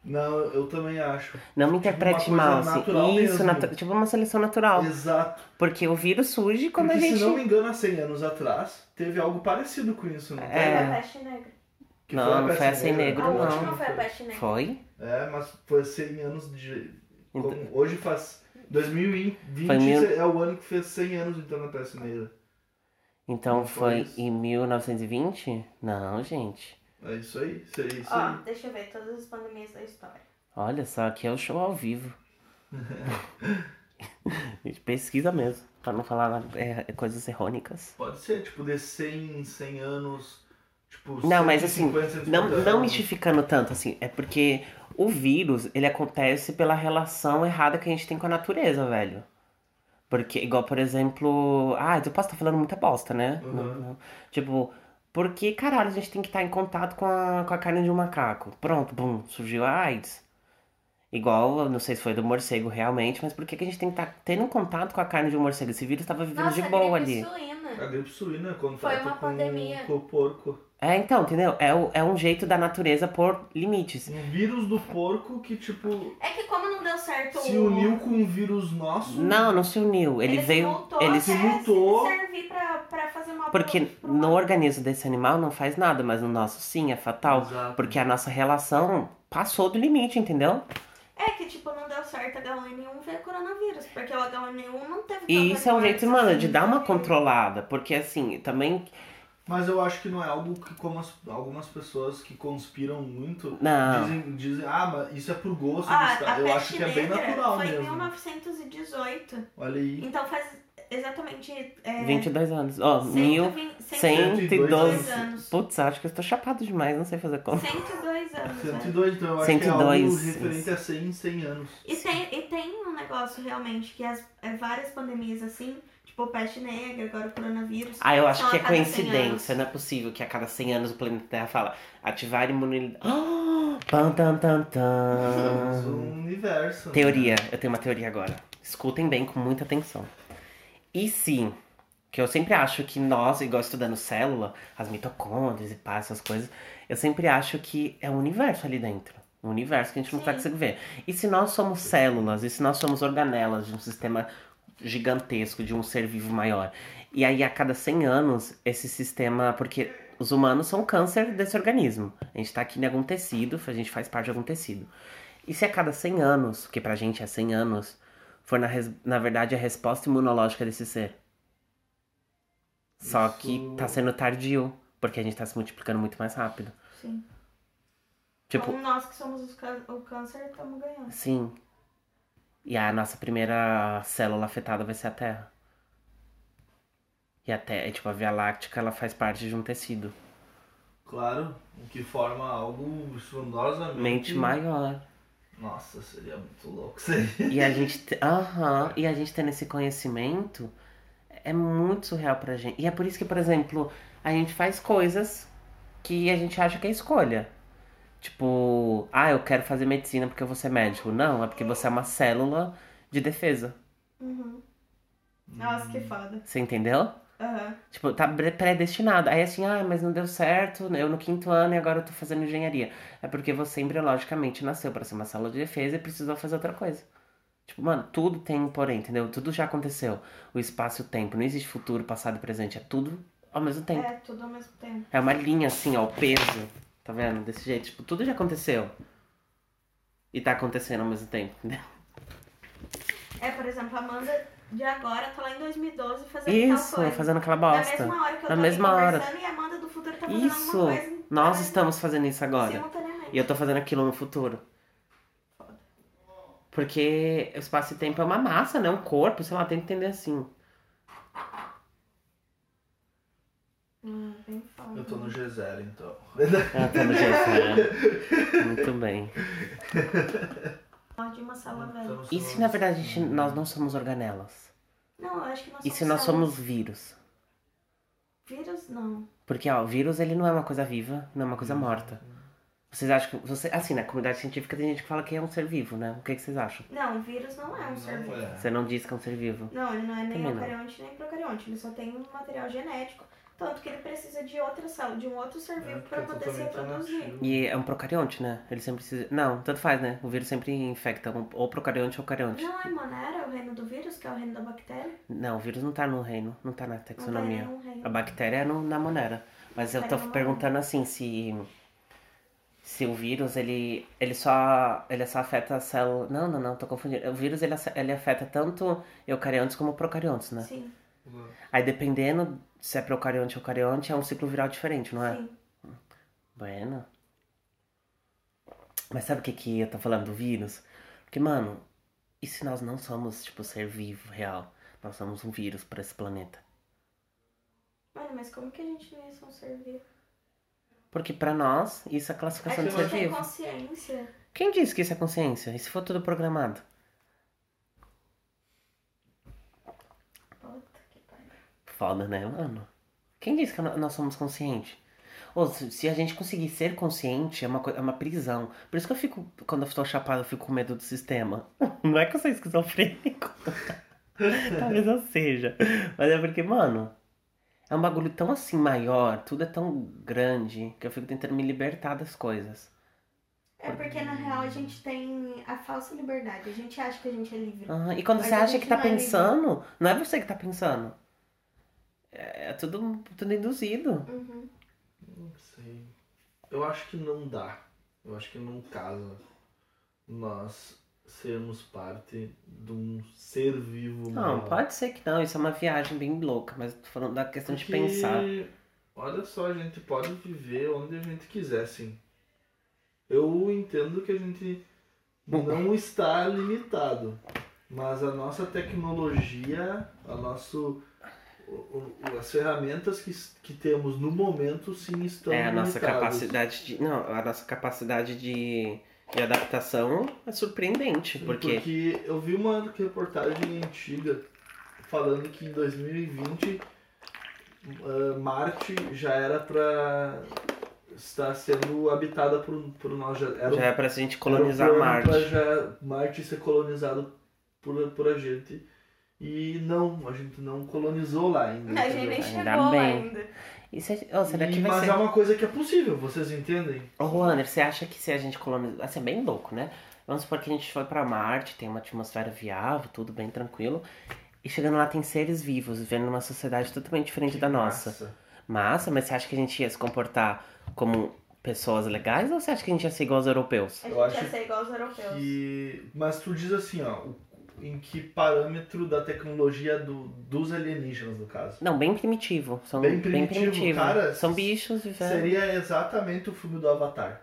Não, eu também acho. Não me interprete Tipo, Uma coisa mal, assim. natural Isso, mesmo. natu- tipo uma seleção natural. Exato. Porque o vírus surge quando Porque a gente. se não me engano, há 100 anos atrás, teve algo parecido com isso, não É. Da peste negra. teve? Que Não, foi a não peste foi a Sem negra, Negro, A eu acho não. última que foi a peste negra. Foi? É, mas foi 100 anos de. Então- como- hoje faz. 2020 Foi mil- é o ano que fez 100 anos então na peste negra. Então Não foi foi isso. em 1920? Não, gente. É isso aí, seria isso Ó, aí. deixa eu ver todas as pandemias da história. Olha só, aqui é o show ao vivo. A gente pesquisa mesmo, pra não falar é, coisas errônicas. Pode ser, tipo, de 100, 100 anos. Tipo, Não, mas assim, 150, 150 Não, não anos. mistificando tanto, assim, é porque o vírus, ele acontece pela relação errada que a gente tem com a natureza, velho. Porque, igual, por exemplo. Ah, eu posso estar falando muita bosta, né? Uhum. Não, não. Tipo, por que caralho a gente tem que estar em contato com a, com a carne de um macaco? Pronto, bum, surgiu a AIDS. Igual, eu não sei se foi do morcego realmente, mas por que, que a gente tem que estar tendo contato com a carne de um morcego? Esse vírus tava vivendo Nossa, de boa gripe ali. A suína. gripe suína, contato Foi uma com, pandemia. com o porco. É, então, entendeu? É, o- é um jeito da natureza pôr limites. Um vírus do porco que, tipo, É que como não deu certo se o- uniu com um vírus nosso. Não, não se uniu. Ele, Ele se veio. voltou Ele até se... se mutou. servir pra, pra fazer uma Porque pro- no organismo desse animal não faz nada, mas no nosso sim, é fatal. Exato. Porque a nossa relação passou do limite, entendeu? É que, tipo, não deu certo H1N1 ver um coronavírus, porque o H1N1 não teve E tantas isso é um jeito, mortes mano, assim, de dar uma né? controlada. Porque assim, também. Mas eu acho que não é algo que, como as- algumas pessoas que conspiram muito Não. dizem, dizem, ah, mas isso é por gosto do Ah, a Estado. Eu peste acho que é bem negra natural foi mesmo. em 1918, Olha aí. então faz exatamente é, 22 anos. Ó, 120 1112 anos. Putz, acho que eu estou chapado demais, não sei fazer conta. 102 anos, né? 102, então eu acho que é 102, algo referente a 100 em 100 anos. E tem, e tem um negócio realmente que as é, várias pandemias assim, tipo peste negra, agora o coronavírus. Ah, eu acho são que é a cada 100 coincidência. anos. Não é possível que a cada 100 anos o planeta Terra fala ativar a imunidade. Ah, pam, tam, tam, Somos tam. um universo. né? Ah. Teoria, eu tenho uma teoria agora. Escutem bem com muita atenção. E sim, que eu sempre acho que nós, igual estudando célula, as mitocôndrias e pá, essas coisas, eu sempre acho que é um universo ali dentro. Um universo que a gente não Sim. tá conseguindo ver. E se nós somos células, e se nós somos organelas de um sistema gigantesco, de um ser vivo maior. E aí a cada 100 anos, esse sistema. Porque os humanos são um câncer desse organismo. A gente tá aqui em algum tecido, a gente faz parte de algum tecido. E se a cada 100 anos, que pra gente é 100 anos, for na, res- na verdade a resposta imunológica desse ser? Só Isso- que tá sendo tardio, porque a gente tá se multiplicando muito mais rápido. Sim. Tipo, Como Então, nós que somos os cân- o câncer, estamos ganhando. sim. E a nossa primeira célula afetada vai ser a Terra. E a Terra, tipo, a Via Láctica, ela faz parte de um tecido. Claro, o que forma algo estrondosamente. Mente maior. Nossa, seria muito louco isso aí. E a gente, te- aham, e a gente tendo esse conhecimento é muito surreal pra gente. E é por isso que, por exemplo, a gente faz coisas que a gente acha que é escolha. Tipo, ah, eu quero fazer medicina porque eu vou ser médico. Não, é porque você é uma célula de defesa. Hum. Uhum. Nossa, que foda. Você entendeu? Aham. Tipo, tá pre- predestinado. Aí assim, ah, mas não deu certo, né, eu no quinto ano e agora eu tô fazendo engenharia. É porque você embriologicamente nasceu pra ser uma sala de defesa e precisou fazer outra coisa. Tipo, mano, tudo tem um porém, entendeu? Tudo já aconteceu. O espaço e o tempo, não existe futuro, passado e presente, é tudo ao mesmo tempo. É, tudo ao mesmo tempo. É uma linha assim, ó, o peso, tá vendo? Desse jeito, tipo, tudo já aconteceu. E tá acontecendo ao mesmo tempo, entendeu? É, por exemplo, a Amanda de agora tá lá em 2012 fazendo Isso, tal coisa. fazendo aquela Na bosta. mesma hora que eu Na tô mesma aqui hora. conversando e a Amanda do futuro tá fazendo Isso. alguma coisa. Nós Ah, estamos fazendo isso tá agora. Simultaneamente. E eu tô fazendo aquilo no futuro. Porque o espaço e tempo é uma massa, né? Um corpo, sei lá, tem que entender assim. Hum, bem foda. Eu tô no G0 então. Ah, tá no jeito, né? Muito bem. De uma sala velha. Estamos E falando se na verdade a gente- nós não somos organelas? Não, eu acho que nós E somos se nós células. somos vírus? Vírus, não. Porque, ó, o vírus ele não é uma coisa viva, não é uma coisa morta. Vocês acham que. Você, assim, na comunidade científica tem gente que fala que é um ser vivo, né? O que, que vocês acham? Não, vírus não é um Não, ser vivo. é. Você não diz que é um ser vivo. Não, ele não é nem Também não. eucarionte nem procarionte. Ele só tem um material genético. Tanto que ele precisa de outra célula, de um outro ser É, vivo porque pra é poder se totalmente reproduzir. nativo. E é um procarionte, né? Ele sempre precisa. Não, tanto faz, né? O vírus sempre infecta um- ou procarionte ou carionte. Não é Monera, o reino do vírus, que é o reino da bactéria? Não, o vírus não tá no reino, não tá na Não tem taxonomia. nenhum reino. A bactéria é no, na monera. Mas eu tô Bactéria na perguntando assim se se o vírus ele, ele só ele só afeta a célula. Não, não, não, tô confundindo. O vírus ele, ace- ele afeta tanto eucariontes como procariontes, né? Sim, Aí dependendo se é procarionte ou eucarionte, é um ciclo viral diferente, não é? sim. Bueno. Mas sabe o que que eu tô falando do vírus? Porque, mano, e se nós não somos, tipo, ser vivo, real? Nós somos um vírus pra esse planeta. Mano, mas como que a gente não ia ser um ser vivo? Porque pra nós, isso é A classificação de gente ser não tem vivo. consciência. Quem disse que isso é consciência? E se for tudo programado? Puta que pariu. Foda, né, mano? Quem disse que nó- nós somos conscientes? Ou se se a gente conseguir ser consciente, é uma, coi- é uma prisão. Por isso que eu fico, quando eu estou chapado, eu fico com medo do sistema. Não é que eu sou esquizofrênico. Talvez eu seja. Mas é porque, mano, é um bagulho tão assim maior, tudo é tão grande, que eu fico tentando me libertar das coisas. É porque na real a gente tem a falsa liberdade. A gente acha que a gente é livre. Aham, E quando Mas você a acha gente que tá não é pensando, não é você que tá pensando. É, é tudo, tudo induzido. Uhum. Não sei. Eu acho que não dá. Eu acho que não casa nós sermos parte de um ser vivo Não, maior. pode ser que não, isso é uma viagem bem louca, mas eu tô falando da questão de Porque, pensar. Olha só, a gente pode viver onde a gente quiser, sim. Eu entendo que a gente não está limitado, mas a nossa tecnologia, a nosso, o- o- as ferramentas que, s- que temos no momento, sim, estão É a nossa limitadas. capacidade de. Não, a nossa capacidade de, de adaptação é surpreendente, porque. Porque eu vi uma reportagem antiga falando que em 2020 ah, Marte já era pra estar sendo habitada por, por nós. Já era um Já é pra gente colonizar era o plano pra Marte. já Marte ser colonizado por, por a gente. E não, a gente não colonizou lá ainda. A gente entendeu? nem Ainda chegou lá bem. ainda. Isso é, oh, será E- que vai mas ser. é uma coisa que é possível, vocês entendem? Ô, Wander, você acha que se a gente colonizar. Assim, é bem louco, né? Vamos supor que a gente foi pra Marte, tem uma atmosfera viável, tudo bem tranquilo. E chegando lá tem seres vivos, vivendo numa sociedade totalmente diferente da nossa. Massa. Massa, mas você acha que a gente ia se comportar como pessoas legais ou você acha que a gente ia ser igual aos europeus? A Eu gente acho ia ser igual aos europeus. Que... Mas tu diz assim, ó, o- em que parâmetro da tecnologia do, dos alienígenas, no caso? Não, bem primitivo. São Bem bem primitivo. primitivo, cara, São bichos vivendo. Seria exatamente o filme do Avatar,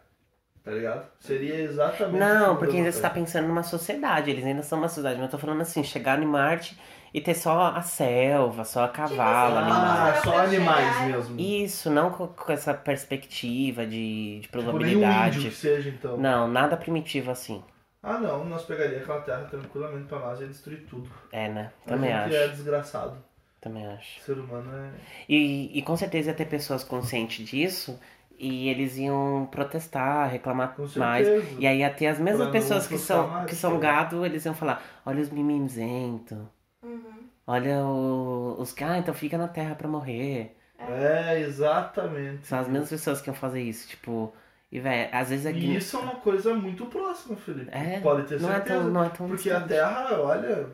tá ligado? Seria exatamente. o filme Não, do porque ainda você tá Avatar. pensando numa sociedade, eles ainda são uma sociedade, mas eu tô falando assim, chegar em Marte e ter só a selva, só a cavalo, assim, animal. Ah, animais. só animais Chegar- mesmo. Isso, não com, com essa perspectiva de, de Tipo, nenhum índio que probabilidade. seja, então. Não, nada primitivo assim. Ah, não, nós pegaria aquela terra tranquilamente pra nós e ia destruir tudo. É, né? Também a acho. gente é desgraçado. Também O acho. ser humano é. E, e com certeza ia ter pessoas conscientes disso e eles iam protestar, reclamar Com mais. certeza. E aí até as mesmas Pra não pessoas que frustrar são, mais, que são né? gado, eles iam falar, olha os mimimizento, Uhum. olha o- os que, ah, então fica na terra pra morrer. É, exatamente. São as mesmas pessoas que iam fazer isso, tipo, e velho, às vezes é E isso é uma coisa muito próxima, Felipe. É, Pode ter não é certeza. tão, não é tão Porque a distante. Terra, olha,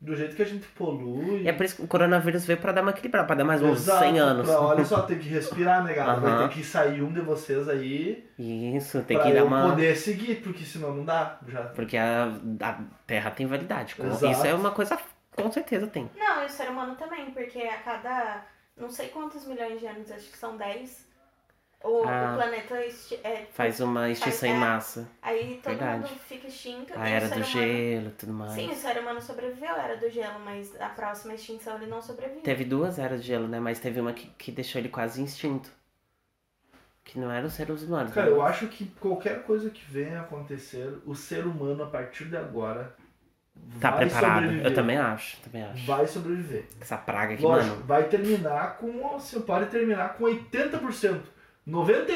do jeito que a gente polui. E é por isso que o coronavírus veio pra dar uma equilibrada, pra dar mais uns Exato, 100 anos. pra- olha só, tem que respirar, né, galera? Vai Aham. ter que sair um de vocês aí Isso, tem pra que dar eu uma. poder seguir, porque senão não dá. Já. Porque a, a Terra tem validade. Com- Exato. Isso é uma coisa, com certeza tem. Não, e o ser humano também, porque a cada não sei quantos milhões de anos, acho que são 10, o, Ah. o planeta esti- é, Faz uma extinção em é. massa. aí todo Verdade. mundo fica extinto. A e o é, era ser do humano- gelo e tudo mais. Sim, o ser humano sobreviveu à era do gelo, mas a próxima extinção ele não sobrevive. Teve duas eras de gelo, né? Mas teve uma que, que deixou ele quase instinto. Que não era os seres humanos. Cara, né? eu acho que qualquer coisa que venha a acontecer, o ser humano a partir de agora Tá vai preparado. sobreviver. Eu também acho, também acho. Vai sobreviver. Essa praga aqui, Lógico, mano. vai terminar com. Você pode terminar com 80%.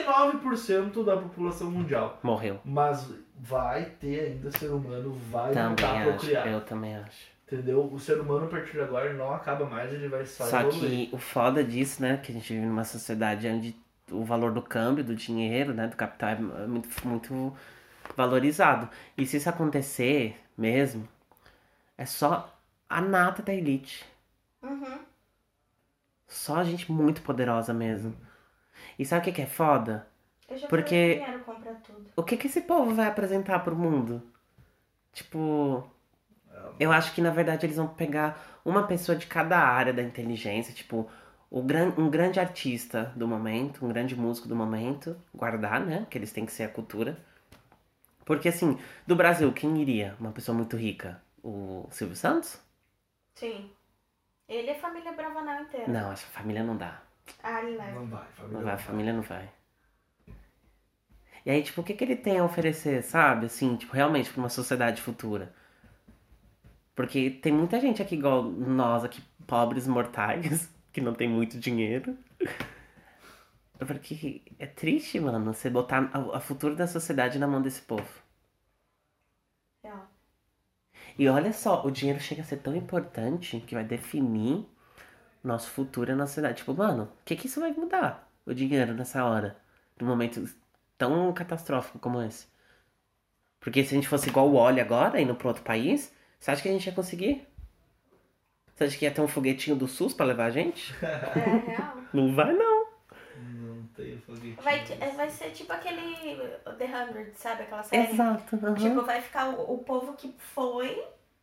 99% da população mundial. Morreu. Mas vai ter ainda ser humano, vai voltar a Também acho. procriar. Eu também acho. Entendeu? O ser humano a partir de agora ele não acaba mais, ele vai só, Só evoluir. que o foda disso, né? Que a gente vive numa sociedade onde o valor do câmbio, do dinheiro, né? Do capital é muito, muito valorizado. E se isso acontecer mesmo, é só a nata da elite. Uhum. Só gente muito poderosa mesmo. E sabe o que, que é foda? Eu já Porque- falei que dinheiro compra tudo. O que, que esse povo vai apresentar pro mundo? Tipo. Eu acho que na verdade eles vão pegar uma pessoa de cada área da inteligência, tipo, o gran- um grande artista do momento, um grande músico do momento, guardar, né? Que eles têm que ser a cultura. Porque assim, do Brasil, quem iria? Uma pessoa muito rica? O Silvio Santos? Sim. Ele é família Bravanel inteira. Não, acho que a família não dá. Ah, ele leva. Não vai, família. Não vai, a família não vai. E aí, tipo, o que, que ele tem a oferecer, sabe? Assim, tipo, realmente pra uma sociedade futura. Porque tem muita gente aqui igual nós, aqui, pobres mortais, que não tem muito dinheiro. Porque é triste, mano, você botar a, a futuro da sociedade na mão desse povo. É Real. E olha só, o dinheiro chega a ser tão importante que vai definir nosso futuro e nossa cidade. Tipo, mano, o que que isso vai mudar? O dinheiro nessa hora, num momento tão catastrófico como esse. Porque se a gente fosse igual o óleo agora, indo pra outro país, você acha que a gente ia conseguir? Você acha que ia ter um foguetinho do SUS pra levar a gente? É real. Não vai, não. Não tem foguetinho. Vai, ti- é, vai ser tipo aquele The 100, sabe? Aquela série. Exato. aham. Tipo, vai ficar o, o povo que foi,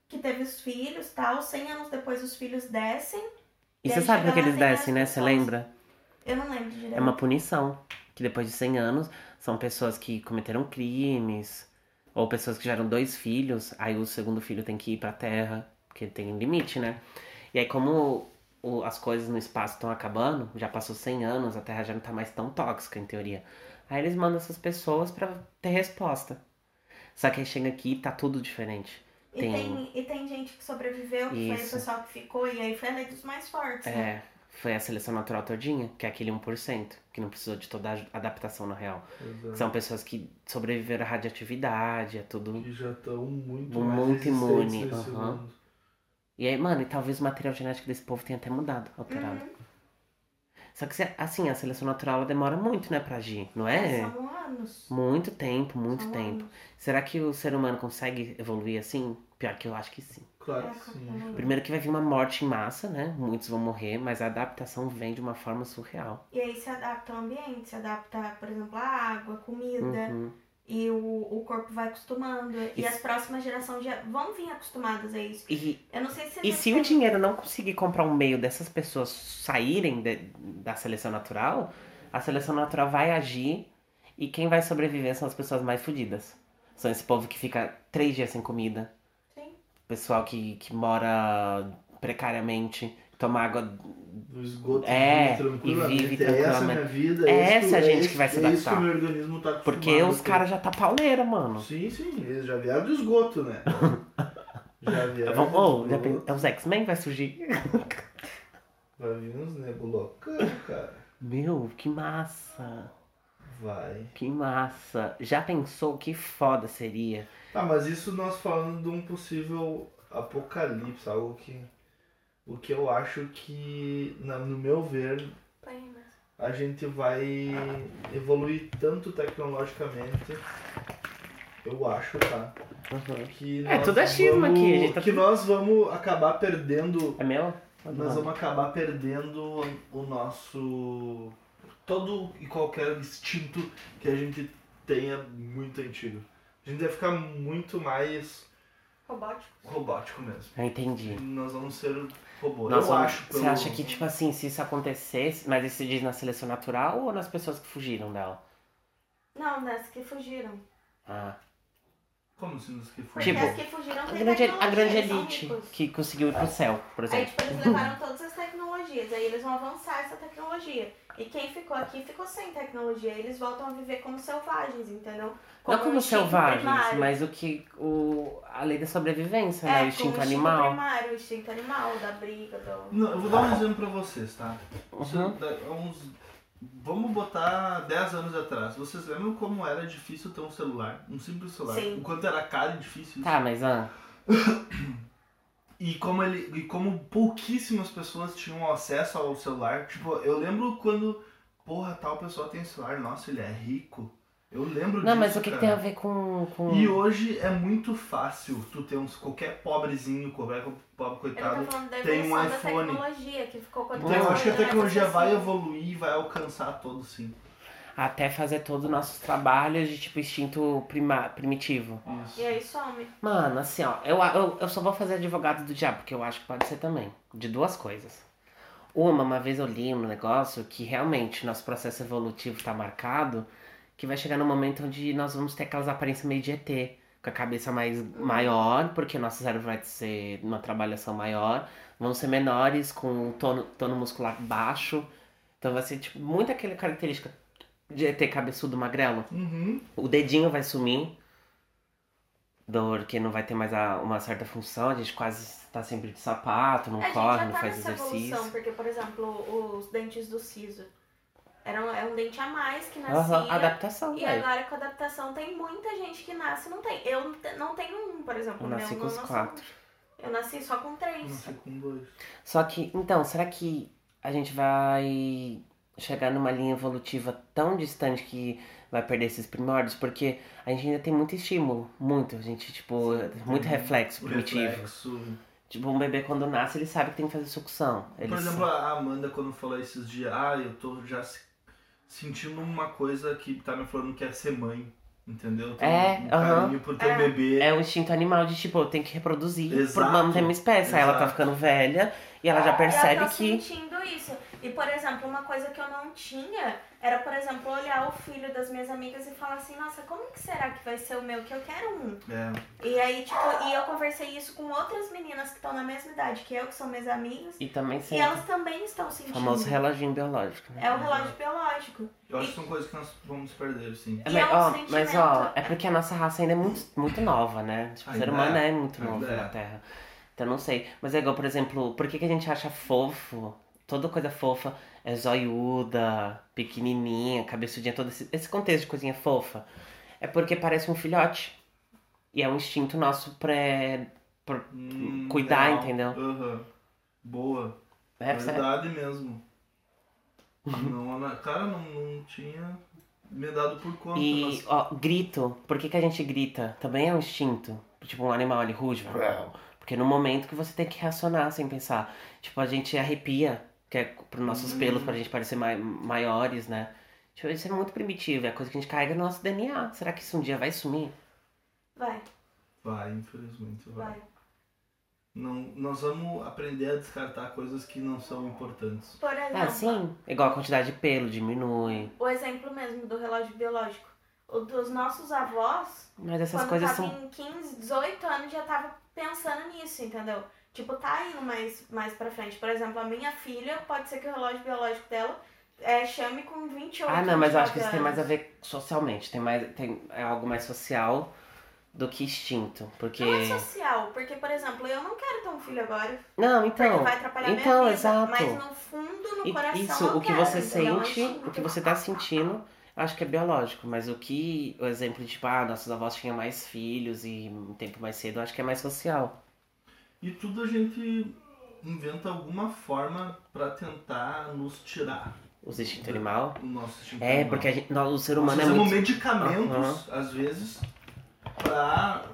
que teve os filhos tal. 100 anos depois os filhos descem. e e você aí sabe chega o que lá, eles tem as descem, né? Você pessoas. lembra? Eu não lembro direito. É uma punição. Que depois de 100 anos, são pessoas que cometeram crimes. Ou pessoas que tiveram dois filhos. Aí o segundo filho tem que ir pra terra. Porque tem limite, né? E aí, como o- as coisas no espaço estão acabando, já passou 100 anos, a terra já não tá mais tão tóxica, em teoria. Aí eles mandam essas pessoas pra ter resposta. Só que aí chega aqui e tá tudo diferente. E tem, e tem gente que sobreviveu, que foi Isso. o pessoal que ficou, e aí foi a lei dos mais fortes. né? É, foi a seleção natural todinha, que é aquele 1%, que não precisou de toda a aj- adaptação na real. Exato. São pessoas que sobreviveram à radioatividade, a tudo. Que já estão muito, Um mais monte resistentes imune, nesse aham. mundo. E aí, mano, e talvez o material genético desse povo tenha até mudado, alterado. Uhum. Só que, se- assim, a seleção natural ela demora muito, né, pra agir, não é? São anos. Muito tempo, muito São tempo. anos. Será que o ser humano consegue evoluir assim? Pior que eu acho que sim. Claro É, que como- sim. Primeiro que vai vir uma morte em massa, né? Muitos vão morrer, mas a adaptação vem de uma forma surreal. E aí se adapta ao ambiente, se adapta, por exemplo, à água, à comida. Uhum. E o, o corpo vai acostumando. E Isso. as próximas gerações já vão vir acostumadas a isso. E, Eu não sei se. E você se o tem- dinheiro não conseguir comprar um meio dessas pessoas saírem de- da seleção natural, a seleção natural vai agir e quem vai sobreviver são as pessoas mais fodidas. São esse povo que fica três dias sem comida. Sim. Pessoal que, que mora precariamente, toma água. No esgoto É, vive tranquilamente. e vive é essa a minha tranquilamente. vida. É isso- essa a gente isso- que vai se É isso que adaptar. o meu organismo tá acostumado. Porque os com. caras já tá pauleira, mano. Sim, sim. Eles já vieram do esgoto, né? já vieram. Vamos, oh, do já pen- esgoto. é os X-Men vai surgir. Vai vir uns nebulocão, cara. Meu, que massa! Vai. Que massa! Já pensou que foda seria? Ah, mas isso nós falando de um possível apocalipse, algo que. O que eu acho que, na- no meu ver, Põe, mas- a gente vai evoluir tanto tecnologicamente, eu acho, tá? Uhum. Que É, nós tudo achismo vamos- aqui, a gente tá Que tudo- nós vamos acabar perdendo. É meu? Ou do Nós Mano? vamos acabar perdendo o nosso. todo e qualquer instinto que a gente tenha muito antigo. A gente vai ficar muito mais Robótico. robótico mesmo. Eu Ah, entendi. Nós vamos ser robôs. Nós eu vamos- acho. Você pelo- acha que, tipo assim, se isso acontecesse, mas isso diz na seleção natural ou nas pessoas que fugiram dela? Não, das que fugiram. Ah. Como se nos que foi? Porque Tipo, as que fugiram A têm grande, a tecnologia, grande eles são elite ricos. que conseguiu ir É. pro céu, por Aí, exemplo. tipo, eles levaram todas as tecnologias, aí eles vão avançar essa tecnologia. E quem ficou aqui ficou sem tecnologia. Eles voltam a viver como selvagens, entendeu? Não como um instinto selvagens, primário. mas o que. O, a lei da sobrevivência, É, né? como O instinto animal. primário, o instinto animal, da briga, do... Não, eu vou dar um exemplo pra vocês, tá? Isso Uhum. da- é uns- Vamos botar 10 anos atrás. Vocês lembram como era difícil ter um celular? Um simples celular. Sim. O quanto era caro e difícil isso? Tá, mas ah, E como ele. E como pouquíssimas pessoas tinham acesso ao celular. Tipo, eu lembro quando. Porra, tal pessoa tem celular, nossa, ele é rico. Eu lembro disso. Não, mas o que, que cara. tem a ver com. com... E hoje é muito fácil tu ter uns qualquer pobrezinho, qualquer pobre Eu não coitado. tô falando da tem um evolução da iPhone. tecnologia, que ficou... Então eu acho que a conectada, tecnologia mas vai assim, evoluir e vai alcançar todos sim. até fazer todos os nossos trabalhos de tipo instinto prima, primitivo. Isso. E aí some. Mano, assim, ó, eu, eu, eu só vou fazer advogado do diabo, porque eu acho que pode ser também. De duas coisas. Uma, uma vez eu li um negócio que realmente nosso processo evolutivo tá marcado, que vai chegar no momento onde nós vamos ter aquelas aparências meio de ET, com a cabeça mais maior, porque nosso cérebro vai ser uma trabalhação maior, vão ser menores, com um tono, tono muscular baixo. Então vai ser tipo, muito aquela característica de ET cabeçudo magrelo. Uhum. O dedinho vai sumir, dor que não vai ter mais a- uma certa função, a gente quase tá sempre de sapato, não a corre, gente já não tá faz nessa exercício. evolução, porque, por exemplo, os dentes do siso. Era um, é um dente a mais que nascia. Aham, adaptação, né? é. E velho. agora com a adaptação tem muita gente que nasce e não tem. Eu não te- não tenho um, por exemplo. Eu meu, nasci não com os quatro. Uhum. Eu nasci só com Não três. sei com dois. Só que, então, será que a gente vai chegar numa linha evolutiva tão distante que vai perder esses primórdios? Porque a gente ainda tem muito estímulo, muito. A gente, tipo, muito Tem reflexo primitivo. Uhum. Reflexo. Tipo, um bebê quando nasce, ele sabe que tem que fazer sucção. Ele Por exemplo, sabe- a Amanda, quando falou esses dias, ah, eu tô já se- sentindo uma coisa que tá me falando que é ser mãe, entendeu? Tem É, um aham. carinho por teu É. bebê. É o instinto animal de, tipo, eu tenho que reproduzir. Exato, Por manter uma espécie. Aí ela tá exato. ficando velha e ela já eu percebe tô que. Ah, tá sentindo isso. E, por exemplo, uma coisa que eu não tinha era, por exemplo, olhar o filho das minhas amigas e falar assim, nossa, como que será que vai ser o meu? Que eu quero um. É. E aí, tipo, e eu conversei isso com outras meninas que estão na mesma idade que eu, que são minhas amigas. E também E sente elas também estão o sentindo. famoso reloginho biológico, né? É o relógio biológico. Eu acho que são coisas que nós vamos perder, sim. É, E mas, é um ó, sentimento. mas, ó, é porque a nossa raça ainda é muito, muito nova, né? Tipo, o ser Ainda humano é. é muito novo Ainda é. na Terra. Então não sei. Mas é igual, por exemplo, por que, que a gente acha fofo? Toda coisa fofa é zoiuda, pequenininha, cabeçudinha, todo esse, esse contexto de coisinha fofa. É porque parece um filhote. E é um instinto nosso pré. Hum, Cuidar, legal. entendeu? Aham. Boa. É, sério. Verdade mesmo. não, na- cara, não, não tinha me dado por conta. E, mas- ó, grito. Por que, que a gente grita? Também é um instinto. Tipo, um animal ali ruge. vai- Porque é no momento que você tem que reacionar sem pensar. Tipo, a gente arrepia, que é pros nossos Hum. pelos, pra gente parecer mai maiores, né? Tipo, isso é muito primitivo. É coisa que a gente carrega no nosso DNA. Será que isso um dia vai sumir? Vai, Vai, infelizmente vai. vai. Não, nós vamos aprender a descartar coisas que não são importantes. Por exemplo, Ah, sim. Igual a quantidade de pelo diminui. o exemplo mesmo do relógio biológico. O dos nossos avós, Mas essas Quando tá coisas tava são. em 15, 18 anos já tava pensando nisso, entendeu? Tipo, tá indo mais, mais pra frente. Por exemplo, a minha filha, pode ser que o relógio biológico dela é, chame com 28 Ah, não, mas eu acho 29 que isso tem mais a anos. ver socialmente. Tem mais. Tem, é algo mais social do que instinto. Porque. Não é social, porque, por exemplo, eu não quero ter um filho agora, Não, porque então. vai atrapalhar então, minha vida. exato. Mas no fundo, no E- coração, Isso, eu o que quero, você entendeu? Eu sente, acho o que você tá sentindo, acho que é biológico. Mas o que, o exemplo de, tipo, ah, nossos avós tinham mais filhos e um tempo mais cedo, acho que é mais social. E tudo a gente inventa alguma forma pra tentar nos tirar Os instintos animal. do nosso tipo instinto É, animal. porque a gente, nós- o ser nós humano é fazemos muito... medicamentos, às vezes, pra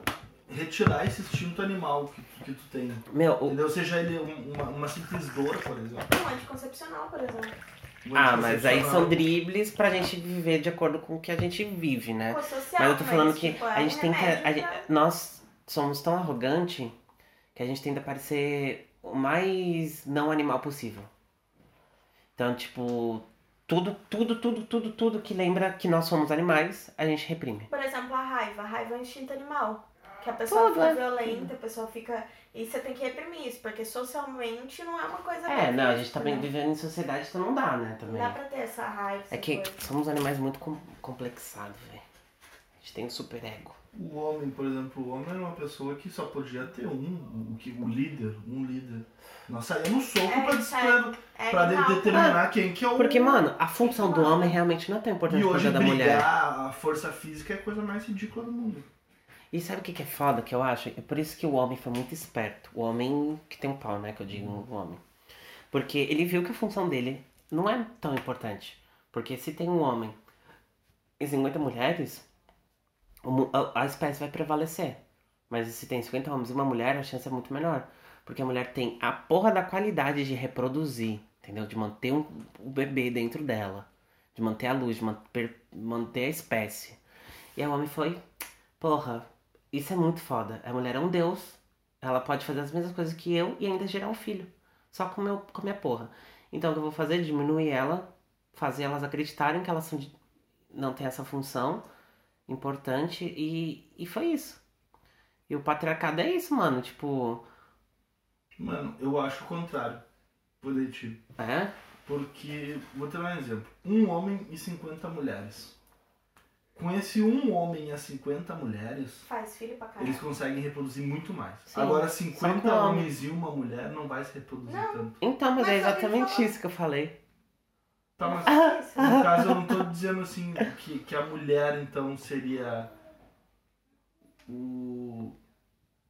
retirar esse instinto animal que, que tu tem. Meu, o- Entendeu? Seja ele um- uma, uma simples dor, por exemplo. Um anticoncepcional, por exemplo. Um ah, mas aí são anticoncepcional. dribles pra gente viver de acordo com o que a gente vive, né? Pô, social, Mas eu tô falando que tipo, é a gente um tem que. remédio a gente- pra- nós somos tão arrogante que a gente tenta parecer o mais não animal possível. Então, tipo, tudo, tudo, tudo, tudo, tudo que lembra que nós somos animais, a gente reprime. Por exemplo, a raiva. A raiva é um instinto animal. Que a pessoa Tudo, fica é. violenta, a pessoa fica. E você tem que reprimir isso, porque socialmente não é uma coisa. É, não, a gente tá perfeita, bem né? vivendo em sociedade, então não dá, né, Não também. dá pra ter essa raiva. É essa que coisa. somos animais muito com- complexados, velho. A gente tem um super ego. O homem, por exemplo, o homem era uma pessoa que só podia ter um, o, que, o líder, um líder. Nós saímos soco É, pra, sai- pra, É pra de- animal. determinar quem que é Então, o... Porque, mano, a função do homem realmente não é tão E importante quanto hoje a da brigar, mulher. a força física é a coisa mais ridícula do mundo. E sabe o que, que é foda que eu acho? É por isso que o homem foi muito esperto. O homem que tem um pau, né? Que eu digo o homem. Porque ele viu que a função dele não é tão importante. Porque se tem um homem e 50 mulheres, o mu- a a espécie vai prevalecer. Mas se tem 50 homens e uma mulher, a chance é muito menor. Porque a mulher tem a porra da qualidade de reproduzir, entendeu? De manter um, o bebê dentro dela. de manter a luz, de manter, manter a espécie. E a homem foi, porra, isso é muito foda. A mulher é um deus, ela pode fazer as mesmas coisas que eu e ainda gerar um filho, só com, meu, com a minha porra. Então o que eu vou fazer é diminuir ela, fazer elas acreditarem que elas são de- não têm essa função importante e, e foi isso. E o patriarcado é isso, mano, tipo, Mano, eu acho o contrário. Poder ti. é, Porque, vou te dar um exemplo. Um homem e 50 mulheres. Com esse um homem a 50 mulheres, Faz filho Tá. pra caralho. Eles conseguem reproduzir muito mais. Sim. Agora, Só com 50 homem. homens e uma mulher não vai se reproduzir tanto. Então, mas, Mas só que é ele exatamente falou- isso que eu falei. Tá, É mas Isso. né? Ah. no caso, eu não tô dizendo assim que, que a mulher então seria o.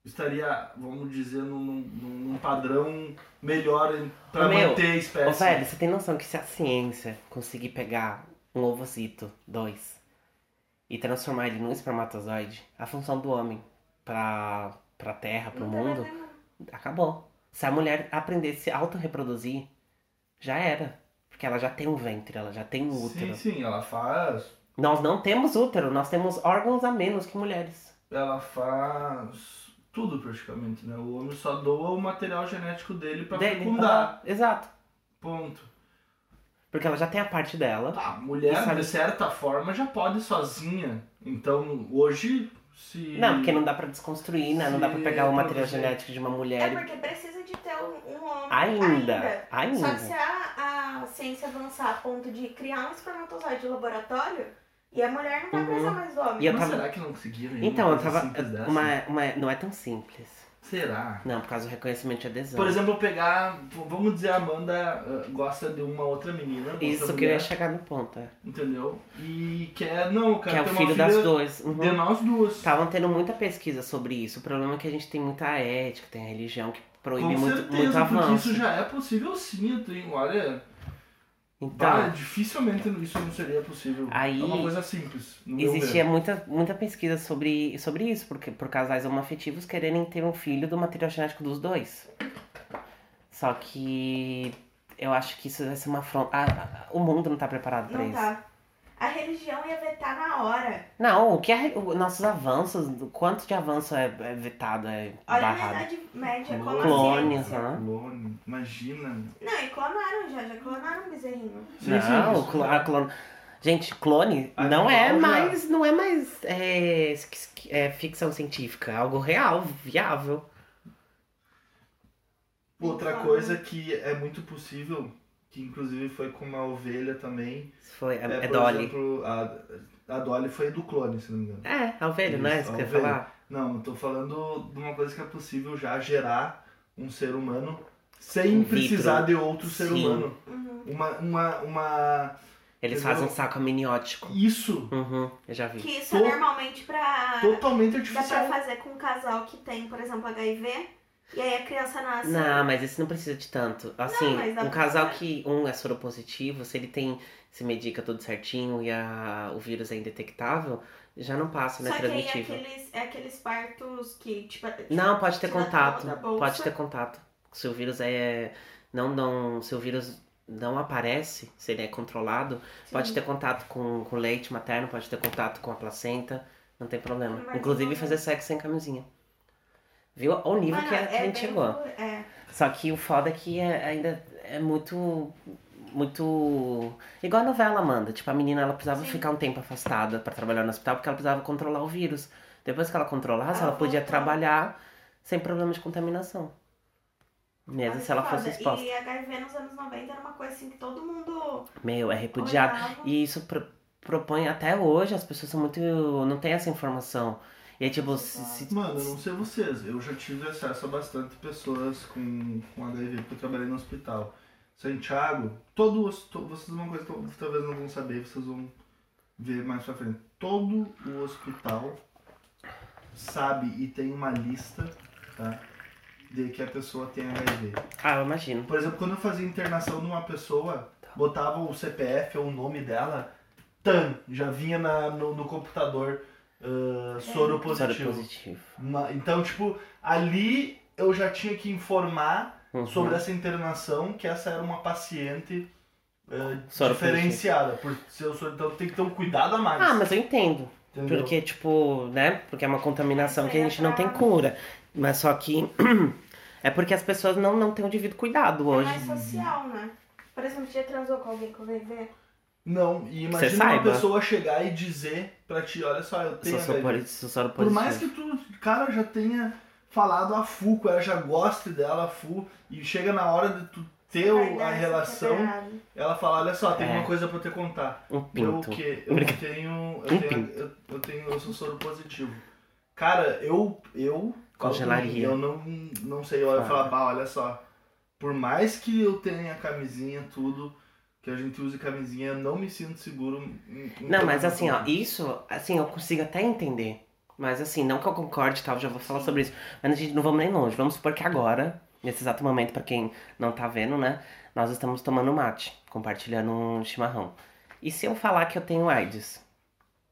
estaria, vamos dizer, num, num, num padrão melhor em- pra Meu, manter a Ô, espécie. velho, você tem noção que se a ciência conseguir pegar um ovocito, dois, e transformar ele num espermatozoide, a função do homem pra, pra terra, pro Então, Não tem é mundo, nada, não. acabou. Se a mulher aprender a se autorreproduzir, já era. Porque ela já tem um ventre, ela já tem um sim, útero. sim, ela faz. Nós não temos útero, nós temos órgãos a menos que mulheres. Ela faz tudo praticamente, né? O homem só doa o material genético dele pra Dele, fecundar. ah, exato. Ponto. Porque ela já tem a parte dela. Tá, mulher, Sabe- de certa forma, já pode sozinha. Então, hoje, se. Não, porque não dá pra desconstruir, né? Não dá pra Se pegar o material reproduzir. genético de uma mulher É e porque precisa de ter um, um homem Ainda, ainda. Só que se a, a ciência avançar a ponto de criar um espermatozoide de laboratório, e a mulher tá não vai Uhum. precisar mais do homem. E eu Mas tava- será que não conseguiram? ainda Então, uma eu coisa tava. simples assim. dessa? Uma, uma, não é tão simples. Será? Não, por causa do reconhecimento de adesão. Por exemplo, pegar. Vamos dizer, a Amanda ah, gosta de uma outra menina. outra Isso que eu mulher, ia chegar no ponto, é. Entendeu? E quer. Não, eu quero Que é o ter uma filho filha das duas. Uhum. De nós duas. Estavam tendo muita pesquisa sobre isso. O problema é que a gente tem muita ética, tem a religião que Com proíbe muito, certeza, muito porque avanço. isso já é possível sim, eu tenho. Olha, bah, Então, dificilmente isso não seria possível. Aí- é uma coisa simples. no meu ver. existia muita, muita pesquisa sobre, sobre isso, porque por casais homoafetivos quererem ter um filho do material genético dos dois. Só que eu acho que isso vai ser uma afronta. Ah, ah, o mundo não tá preparado pra Não isso. tá. A religião ia vetar na hora. Não, o que é, o- nossos avanços, o quanto de avanço é, é vetado, é Olha na barrado. Idade Média, como Clone. a Clones, ciência. né? Clone, imagina. meu. Não, e clonaram já, já clonaram um bezerrinho. Sim, não, sim, o isso, clo- né? a clone. Gente, clone Animal não é já. mais. Não é mais é, s- s- é, ficção científica, é algo real, viável. Outra Então, coisa que é muito possível, que inclusive foi com uma ovelha também. Isso Foi, é, por é Dolly. exemplo, a, a Dolly foi do clone, se não me engano. É, a ovelha, não é Isso, isso a que eu ia ovelha. falar? Não, eu tô falando de uma coisa que é possível já gerar um ser humano sem vitro. precisar de outro ser Um Sim. humano. Uhum. Uma, uma, uma. Eles Entendeu? fazem um saco amniótico. Isso Uhum, eu já vi. Que isso é Tô- normalmente pra. totalmente Dá pra artificial. fazer com um casal que tem, por exemplo, HIV, e aí a criança nasce. Não, mas esse não precisa de tanto. Assim, mas dá um pra casal fazer. que um é soropositivo, se ele tem se medica tudo certinho e a- o vírus é indetectável, já não passa, né? Só que aí é transmitível. aqueles, é aqueles partos que, tipo. Não, pode ter Tira a contato. mão da bolsa. Pode ter contato. Se o vírus é. Não, não. Se o vírus não aparece, se ele é controlado, assim, pode ter contato com, com leite materno, pode ter contato com a placenta, não tem problema. Mas Inclusive não- fazer sexo sem camisinha. Viu? Ao um nível que a, que a gente chegou. É. Só que o foda é que é- ainda é muito. Muito. Igual a novela Amanda. Tipo, a menina ela precisava Sim. ficar um tempo afastada pra trabalhar no hospital porque ela precisava controlar o vírus. Depois que ela controlasse, Ela ela podia voltava. trabalhar sem problema de contaminação. Mesmo Olha se ela que fosse foda. exposta. E HIV nos anos 90 era uma coisa assim que todo mundo Meu, é repudiado. olhava. E isso pro- propõe até hoje, as pessoas são muito. não tem essa informação. E é tipo, se- se- Mano, eu não sei vocês, eu já tive acesso a bastante pessoas com, com HIV porque eu trabalhei no hospital. Santiago, todo, os- to- vocês uma coisa que eu- talvez não vão saber, vocês vão ver mais pra frente. Todo o hospital sabe e tem uma lista, tá? De que a pessoa tem HIV. Ah, eu imagino. Por exemplo, quando eu fazia internação numa pessoa, botava o CPF ou o nome dela, TAM, já vinha na, no, no computador ah, Soro soro positivo. positivo. Uma- então, tipo, ali eu já tinha que informar Uhum. sobre essa internação que essa era uma paciente é, Soro diferenciada. Por ser o soro, então tem que ter um cuidado a mais. Ah, mas eu entendo. entendeu? Porque, tipo, né? Porque é uma contaminação Isso que a aí gente não tem acaba. cura. Mas só que. É porque as pessoas não, não têm o devido cuidado É hoje. mais social, né? Por exemplo, já transou com alguém que eu ver. Não, e você imagina uma saiba. pessoa chegar e dizer pra ti, olha só, eu tenho Sou HIV. soro- sou soro é Por mais positivo. que tu, cara, já tenha falado a Fu, ela já goste dela, a Fu, e chega na hora de tu ter Vai o- dar a essa relação, quebrada. ela fala, olha só, tem É. uma coisa pra eu te contar. Um Eu pinto. que eu Obrigado. tenho. Eu Um tenho. pinto. Eu, eu tenho. Eu sou soro positivo. Cara, eu. Eu. Congelaria. Eu não, não sei, eu ia Claro. falar, bah, olha só. Por mais que eu tenha camisinha, tudo, que a gente use camisinha, eu não me sinto seguro. em- em Não, mas relação assim, a ó, isso, assim, eu consigo até entender. Mas assim, não que eu concorde e tal, já vou falar sobre isso. Mas a gente não vamos nem longe. Vamos supor que agora, nesse exato momento, pra quem não tá vendo, né? Nós estamos tomando mate, compartilhando um chimarrão. E se eu falar que eu tenho AIDS?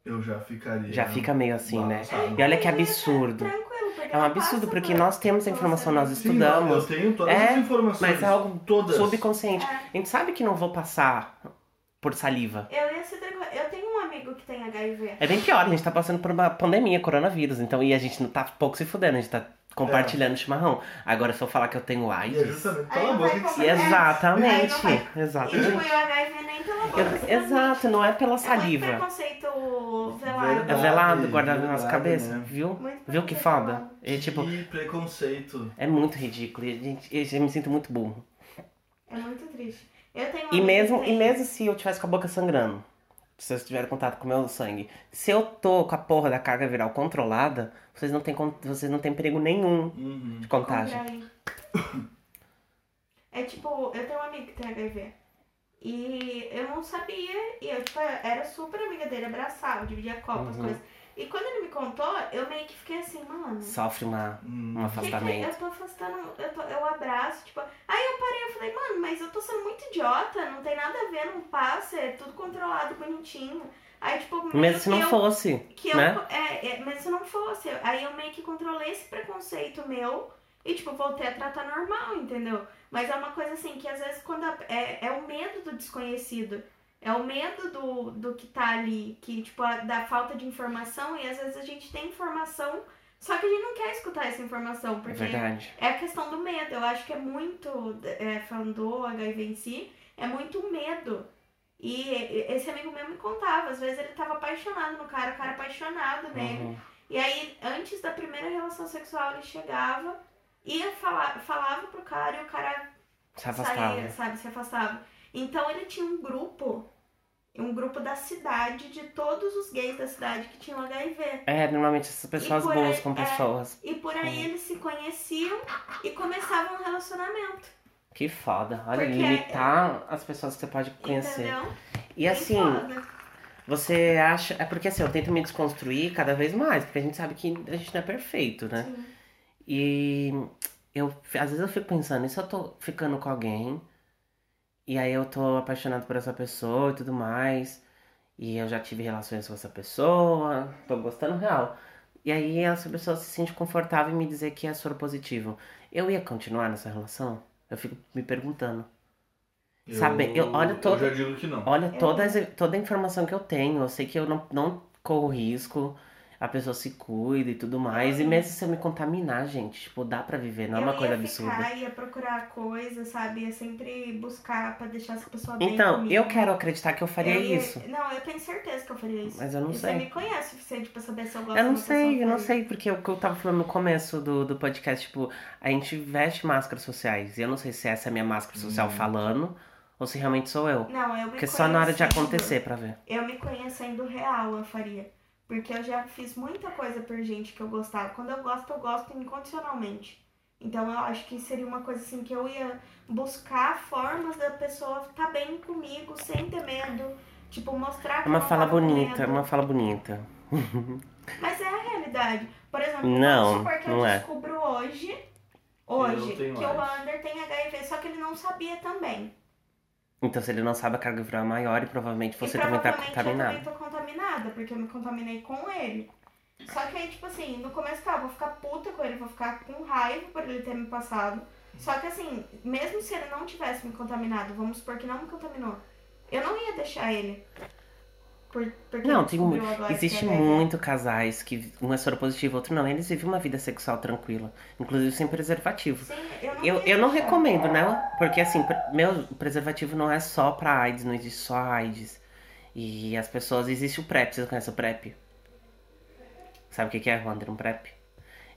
Eu já ficaria. Já fica meio assim, né? balançado. E olha que absurdo. Tranquilo, porque É um ela absurdo, passa porque por- nós temos a informação, nós Sim, estudamos. eu tenho todas É, as informações. mas é algo todas. Subconsciente. É, A gente sabe que não vou passar por saliva. eu ia ser tranquila. Eu tenho um amigo que tem HIV. É bem pior, a gente tá passando por uma pandemia, coronavírus, então, e a gente não tá pouco se fudendo, a gente tá compartilhando chimarrão. Agora, se eu falar que eu tenho E é AIDS. justamente. Aí Cala a não boca vai que é comprar. Aí não Exatamente. vai- E tipo, Exatamente. e o HIV nem pela boca. Ex- você Exato, não é pela transmite. É muito saliva. preconceito velado. É velado, guardado na Verdade, nossa cabeça, né? viu? Muito Viu que preconceito foda? velado. E, tipo, Que preconceito. é muito ridículo. e, gente, Eu já me sinto muito burro. É muito triste. Eu tenho um E amigo mesmo, que e tem- mesmo se eu tivesse com a boca sangrando, se vocês tiverem contato com o meu sangue, se eu tô com a porra da carga viral controlada, vocês não têm, con- vocês não têm perigo nenhum Uhum. de contagem. Contrair. É tipo, eu tenho um amigo que tem HIV. E eu não sabia, e eu, tipo, eu era super amiga dele, abraçava, dividia copa, as Uhum. coisas. E quando ele me contou, eu meio que fiquei assim, mano. Sofre uma, um Hum. que que é? afastamento. eu tô afastando, eu, tô- eu abraço, tipo. Aí eu parei, eu falei, mano, mas eu tô sendo muito idiota, não tem nada a ver, não passa, é tudo controlado, bonitinho. Aí, tipo, Mesmo se não eu- fosse. que eu, né? é, é, mas se não fosse, eu- aí eu meio que controlei esse preconceito meu e, tipo, voltei a tratar normal, entendeu? Mas é uma coisa assim que às vezes quando a- é, é o medo do desconhecido, é o medo do, do que tá ali, que, tipo, a- da falta de informação, e às vezes a gente tem informação, só que a gente não quer escutar essa informação, É porque verdade. é a questão do medo. Eu acho que é muito, é, falando do HIV em si, é muito o medo. E esse amigo meu me contava, às vezes ele tava apaixonado no cara, o cara apaixonado nele. Uhum. E aí, antes da primeira relação sexual, ele chegava, ia falar, falava pro cara e o cara Se afastava. saía, sabe, se afastava. Então ele tinha um grupo, um grupo da cidade, de todos os gays da cidade que tinham HIV. É, normalmente essas pessoas E por aí, buscam é. pessoas. E por aí Uhum. eles se conheciam e começavam um relacionamento. Que foda. Olha, Porque- é- limitar as pessoas que você pode conhecer. Entendeu? E assim, Bem foda. você acha. É porque assim, eu tento me desconstruir cada vez mais, porque a gente sabe que a gente não é perfeito, né? Sim. E eu, às vezes eu fico pensando, e se eu tô ficando com alguém, e aí eu tô apaixonado por essa pessoa e tudo mais, e eu já tive relações com essa pessoa, tô gostando real. E aí essa pessoa se sente confortável em me dizer que é soro positivo. Eu ia continuar nessa relação? Eu fico me perguntando. Sabe, eu- olha todo- Eu já digo que não. Olha Eu- todas, toda a informação que eu tenho, eu sei que eu não, não corro risco, a pessoa se cuida e tudo mais. E mesmo se eu me contaminar, gente, tipo, dá pra viver, não é uma eu coisa ia absurda. Ficar, ia procurar coisa, sabe? Ia sempre buscar pra deixar essa pessoa bem Então, comigo. eu quero acreditar que eu faria Eu ia- isso. Não, eu tenho certeza que eu faria isso. Mas eu não E sei. Você me conhece o suficiente pra saber se eu gosto Eu não de uma pessoa sei, eu não feliz. sei, porque o que eu tava falando no começo do, do podcast, tipo, a gente veste máscaras sociais. E eu não sei se essa é a minha máscara social Hum. falando, ou se realmente sou eu. Não, eu me Porque só na hora de conhecendo- acontecer pra ver. Eu me conhecendo real, eu faria. Porque eu já fiz muita coisa por gente que eu gostava. Quando eu gosto, eu gosto incondicionalmente. Então eu acho que seria uma coisa assim que eu ia buscar formas da pessoa estar bem comigo, sem ter medo. Tipo, mostrar que É uma eu não fala tava com bonita, é medo. uma fala bonita. Mas é a realidade. Por exemplo, Não, vamos supor que eu não é. descubro hoje, hoje, Eu que tenho o AIDS. Wander tem HIV, só que ele não sabia também. Então, se ele não sabe, a carga viral é maior e provavelmente você e também tá provavelmente contaminado. eu também tô contaminada, porque eu me contaminei com ele. Só que aí, tipo assim, no começo tá, eu vou ficar puta com ele, vou ficar com raiva por ele ter me passado. Só que assim, mesmo se ele não tivesse me contaminado, vamos supor que não me contaminou, Eu não ia deixar ele. Por, porque Não, ele tem descobriu mu- agora que existe um é gay. muito casais que um é soropositivo, outro não. Eles vivem uma vida sexual tranquila, inclusive sem preservativo. Sim, eu não, Eu, ia eu não deixar. recomendo, né? Porque assim, pre- meu preservativo não é só pra AIDS, não existe só AIDS. E as pessoas. Existe o PrEP, vocês conhecem o PrEP? Sabe o que que é, Wander? Um PrEP?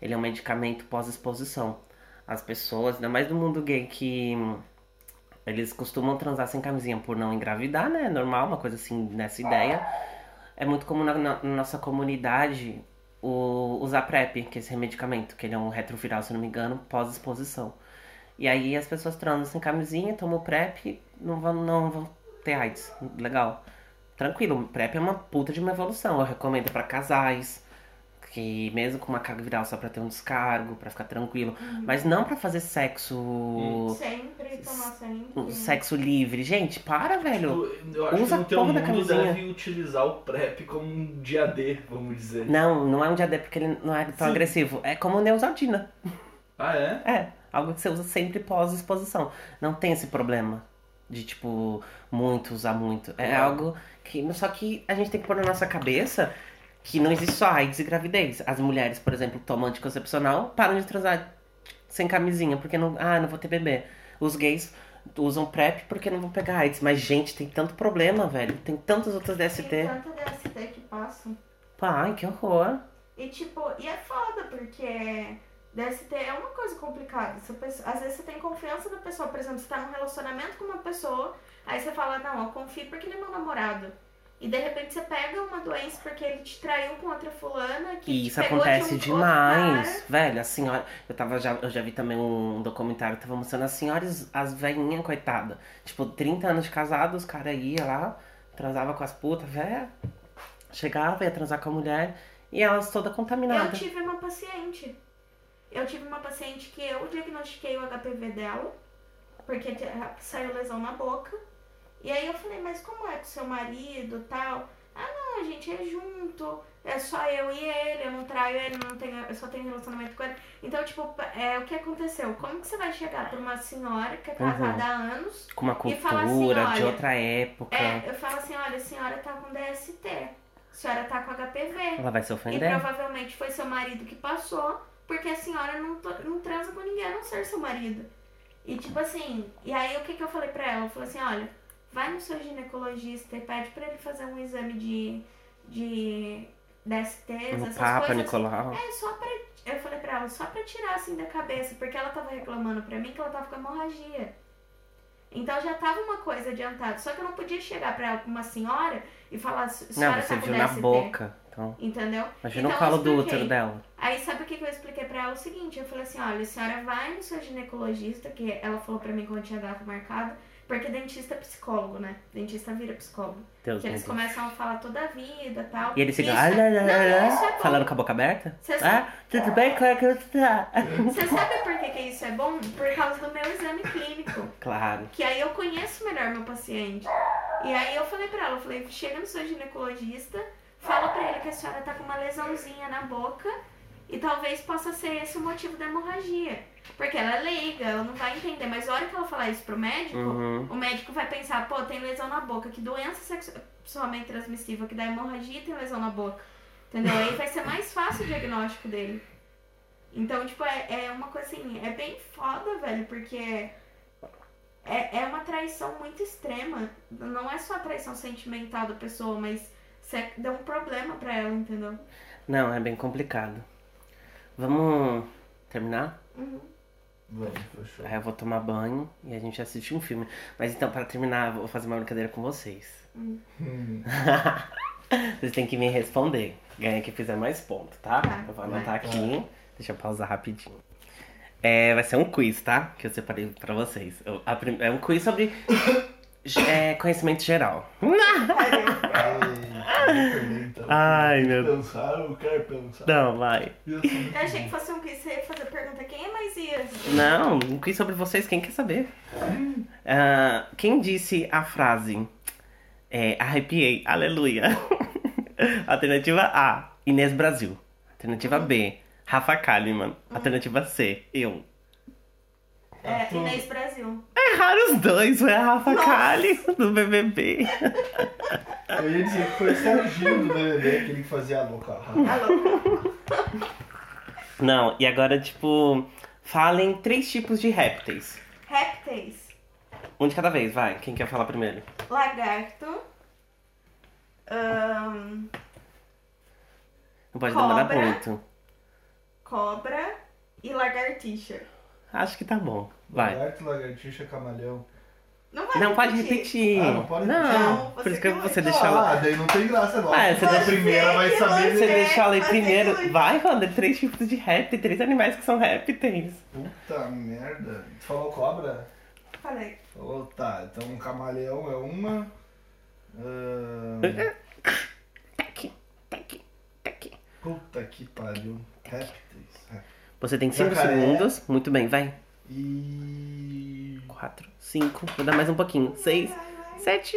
Ele é um medicamento pós-exposição. As pessoas, ainda mais no mundo gay, que hum, eles costumam transar sem camisinha por não engravidar, né? É normal, uma coisa assim, nessa ideia. É muito comum na, na- na nossa comunidade o- usar PrEP, que é esse medicamento, que ele é um retroviral, se não me engano, pós-exposição. E aí as pessoas transam sem camisinha, tomam o PrEP, não vão, não vão ter AIDS. Legal. Tranquilo, o PrEP é uma puta de uma evolução. Eu recomendo pra casais, que mesmo com uma carga viral só pra ter um descargo, pra ficar tranquilo. Mas não pra fazer sexo. Sempre tomar um sangue. Sexo livre. Gente, para, velho. Eu acho Usa que a no teu porra da mundo camisinha. deve utilizar o PrEP como um dia D, vamos dizer. Não, não é um diadema porque ele não é tão Sim. agressivo. É como Neusaldina. Ah, é? É, algo que você usa sempre pós-exposição. Não tem esse problema de, tipo, muito usar muito. É Claro. algo que. Só que a gente tem que pôr na nossa cabeça que não existe só AIDS e gravidez. As mulheres, por exemplo, que tomam anticoncepcional, param de transar sem camisinha, porque não. Ah, não vou ter bebê. Os gays usam PrEP porque não vão pegar AIDS. Mas, gente, tem tanto problema, velho. Tem tantas outras Tem DST. tanta DST que passa. Pai, que horror. E tipo, e é foda, porque DST é uma coisa complicada. Se a pessoa- às vezes você tem confiança na pessoa, por exemplo, você tá num relacionamento com uma pessoa, aí você fala, não, eu confio porque ele é meu namorado. E de repente você pega uma doença porque ele te traiu com outra fulana que E te isso pegou de acontece um demais, outro cara. velho. A senhora. Eu, tava já, eu já vi também um documentário que tava mostrando as senhoras, as velhinhas, coitada. Tipo, 30 anos de casado, os caras iam lá, transava com as putas, velho. Chegava, ia transar com a mulher. E elas toda Eu contaminadas. tive uma paciente. Eu tive uma paciente que eu diagnostiquei o HPV dela, porque te- ah, saiu lesão na boca. E aí eu falei, mas como é com seu marido tal? Ah, não, a gente é junto, é só eu e ele, eu não traio ele, não tenho, eu só tenho relacionamento com ele. Então, tipo, é, o que aconteceu? Como que você vai chegar pra uma senhora que é casada há anos Com uma E fala cultura assim, de olha, outra época. é, eu falo assim, olha, a senhora tá com DST, a senhora tá com HPV. Ela vai se E ofender? provavelmente foi seu marido que passou, porque a senhora não, to- não transa com ninguém a não ser seu marido. E tipo assim, e aí o que, que eu falei pra ela? Eu falei assim, olha, vai no seu ginecologista e pede pra ele fazer um exame de, de DSTs, No essas Papa, coisas. Nicolau. É, só pra. Eu falei pra ela, só pra tirar assim da cabeça, porque ela tava reclamando pra mim que ela tava com hemorragia. Então já tava uma coisa adiantada. Só que eu não podia chegar pra ela, pra uma senhora, e falar, Não, senhora você tá com viu na DST", boca. Então. Entendeu? Imagina o Então, colo eu do expliquei. útero dela. Aí sabe o que que eu expliquei pra ela? O seguinte, eu falei assim, olha, a senhora vai no seu ginecologista, que ela falou pra mim quando tinha data marcada, porque dentista é psicólogo, né? Dentista vira psicólogo. Deus Que me eles livre. começam a falar toda a vida e tal. E ele fica. Isso é- "Ah, lá, lá, lá, Não, lá", isso é bom. falando com a boca aberta? Você sabe- Ah, tudo bem? Como é que você tá? Você sabe por que, que isso é bom? Por causa do meu exame clínico. Claro. Que aí eu conheço melhor meu paciente. E aí eu falei pra ela, eu falei, chega no seu ginecologista, fala pra ele que a senhora tá com uma lesãozinha na boca e talvez possa ser esse o motivo da hemorragia. Porque ela é leiga, ela não vai entender. Mas a hora que ela falar isso pro médico, Uhum. o médico vai pensar, pô, tem lesão na boca, que doença sexu- sexualmente transmissível que dá hemorragia e tem lesão na boca. Entendeu? Aí vai ser mais fácil o diagnóstico dele. Então, tipo, é, é uma coisa assim, é bem foda, velho, porque é, é uma traição muito extrema. Não é só a traição sentimental da pessoa, mas você deu um problema pra ela, entendeu? Não, é bem complicado. Vamos terminar? Uhum. Vamos, fechou. Aí eu vou tomar banho e a gente assiste um filme. Mas então, para terminar, eu vou fazer uma brincadeira com vocês. Hum. vocês têm que me responder. Ganha quem fizer mais ponto, tá? Tá, Eu vou vai. anotar aqui. Deixa eu pausar rapidinho. É, vai ser um quiz, tá? Que eu separei pra vocês. Eu- a prim- É um quiz sobre é, conhecimento geral. Ai, eu também, então. Ai, meu Deus. Pensar, eu quero pensar. Não, vai. Eu Eu achei que fosse um quiz, você ia fazer pergunta, quem é mais isso? Não, um quiz sobre vocês, quem quer saber? Ah, quem disse a frase é, arrepiei, aleluia? Alternativa A, Inês Brasil. Alternativa B, Rafa Kalimann. Alternativa C, eu. É, Inês Brasil. erraram os dois. Foi a Rafa Kali do BBB. Eu ia dizer que foi o Serginho do BBB, aquele que fazia a louca. Alô? Não, e agora, tipo, falem três tipos de répteis. Répteis. Um de cada vez, vai. Quem quer falar primeiro? Lagarto. ahn, Não pode Cobra. demorar muito. cobra e lagartixa. Acho que tá bom. Vai. Lagarto, lagartixa, camaleão. Não vai Não pode repetir. Ah, não pode repetir. Não, é Não, por você isso que não- você não. deixou ela. Ah, daí não tem graça, não. Ah, você a deu primeira vai que saber. Você É, deixou ela em mas tem primeiro. dois. Vai, Wander. Três tipos de répteis. Três animais que são répteis. Puta merda. Tu falou cobra? Falei. Falou, tá. Então um camaleão é uma. Ah, Ahn, Tec, tec, tec. puta que pariu. Répteis. répteis. Você tem cinco Jacaré. segundos. Muito bem, vai. E. Quatro, cinco. Vou dar mais um pouquinho. Seis, sete,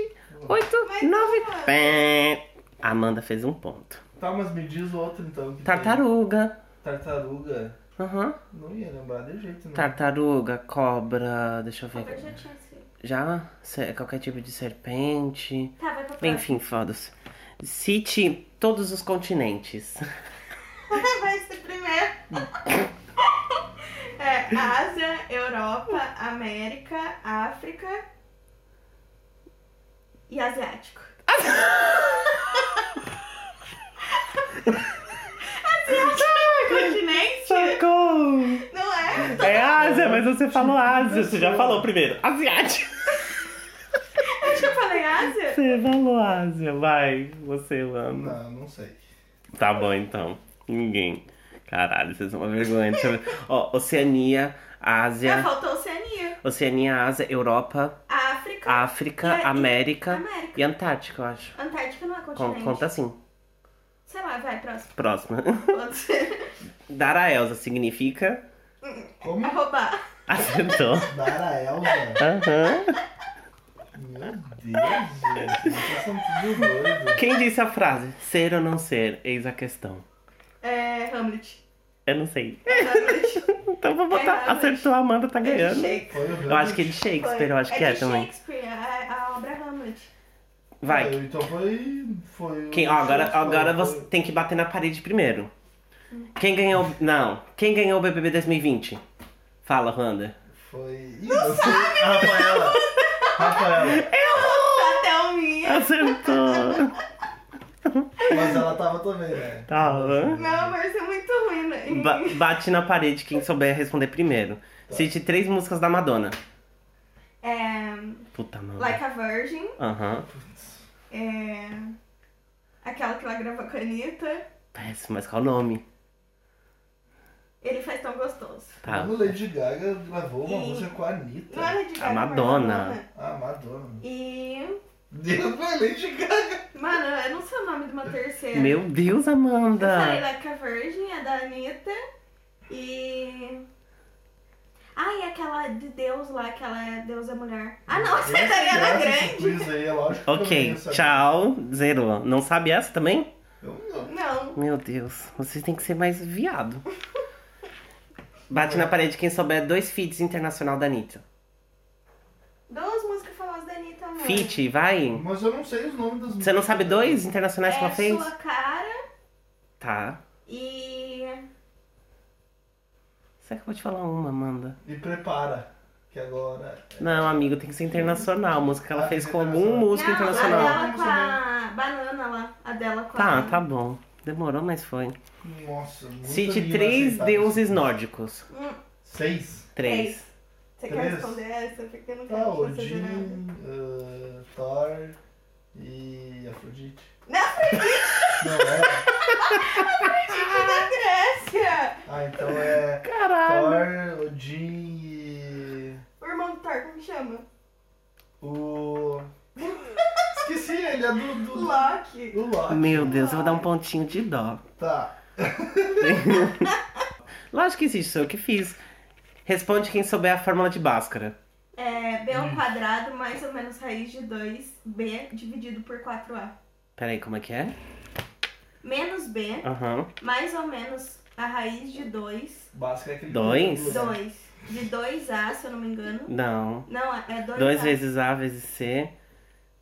oito, Vai, nove. vai. Pé. Amanda fez um ponto. Tá, mas me diz o outro então. que tem. Tartaruga. Tartaruga. Aham. Não ia lembrar de jeito, não. Tartaruga, cobra, deixa eu Eu ver. já tinha sido. Já? Se- Qualquer tipo de serpente. Tá, vai pra próxima. Enfim, foda-se. Cite todos os continentes. Vai ser primeiro. É, Ásia, Europa, América, África e Asiático. Asiático é um continente? Socorro! Não é? É Ásia, mas você falou Ásia. Você já falou primeiro. Asiático. Eu já falei Ásia? Você falou Ásia. Vai, você, mano. Não, não sei. Tá bom, então. Ninguém. Caralho, vocês são uma vergonha. Deixa eu ver. Ó, Oceania, Ah, Ásia. faltou Oceania. Oceania, Ásia, Europa, África, África, E- e- América América. e Antártica, eu acho. Antártica não é Con- continente. Conta assim. Sei lá, vai, próximo. Próxima. Pode ser. Dar a Elsa significa. Como? Arrobar. Acertou. Dara Elza? Aham. Meu Deus, gente. Vocês são tudo doido. Quem disse a frase? Ser ou não ser? Eis a questão. É, Hamlet. É Eu não sei. Hamlet. Então vou É, botar. realmente. acertou, a Amanda tá ganhando. Shakespeare. Foi o Eu acho que é de Foi. Shakespeare, eu acho que é de também. Shakespeare, É a, a obra Hamlet. Vai. Ah, Então foi. Foi. o Quem, ó, agora, Shakespeare, agora foi- você tem que bater na parede primeiro. Quem ganhou. Não. Quem ganhou o BBB 2020? Fala, Wanda. Foi. Ih, não sei. Rafaela! Rafaela! Até o minha. Acertou. Mas ela tava também, né? Tava. Não, mas é muito ruim, né? Tá, Ba- bate na parede quem souber responder primeiro. Cite três músicas da Madonna. É, Puta, mano. like a Virgin. Aham. É, aquela que ela gravou com a Anitta. Péssimo, mas qual o nome? Ele faz tão gostoso. Tá. Quando Lady Gaga gravou uma Ih. música com a Não era Anitta. de A Gaga, mas Madonna. Ah, Madonna. E. Deus, foi Lady Gaga! Mano, eu não sei o nome de uma terceira. Meu Deus, Eu falei Amanda. Like a Virgin, é da Anitta. E. Ah, e aquela de Deus lá, aquela deusa mulher. Ah, não, essa é da Ariana Esse- esse Grande. quiz aí, é lógico que eu não Ok, ia saber. tchau. Zerou. Não sabe essa também? Eu não. Não. Meu Deus, vocês têm que ser mais viado. Bate na parede quem souber dois feats internacional da Anitta. Duas músicas famosas da Anitta, mano. Feat, vai. Mas eu não sei os nomes das Você não sabe músicas. dois internacionais que ela É fez? sua cara Tá. e. Você acabou de falar uma, Amanda. E prepara, que agora. Não, amigo, tem que ser internacional. Música que ela Ah, fez tem com algum internacional. músico não, Ah, internacional. a dela com a banana lá. A dela com a. Tá, tá bom. Demorou, mas foi. Nossa, muito Cite assim, três deuses nórdicos. Hum, Seis. Três. você quer Três. responder essa? Porque eu não Tá, quero que você Odin, seja nada. ah, Thor e Afrodite. Não, Afrodite Não é? é da Grécia! Ah, então é Ah, Caralho. Thor, Odin e. O irmão do Thor, como que chama? O. Esqueci, ele é do. do... Loki. do Loki. Meu Deus, eu vou dar um pontinho de dó. Tá. Lógico que existe, sou eu que fiz. Responde quem souber a fórmula de Bhaskara. É B Hum. ao quadrado mais ou menos raiz de 2B dividido por 4A. Peraí, como é que é? Menos B Aham. mais ou menos a raiz de 2. Básico é aquele. Dois? triângulo, né? 2. de 2A, se eu não me engano. Não. Não, é 2A. 2 vezes A vezes C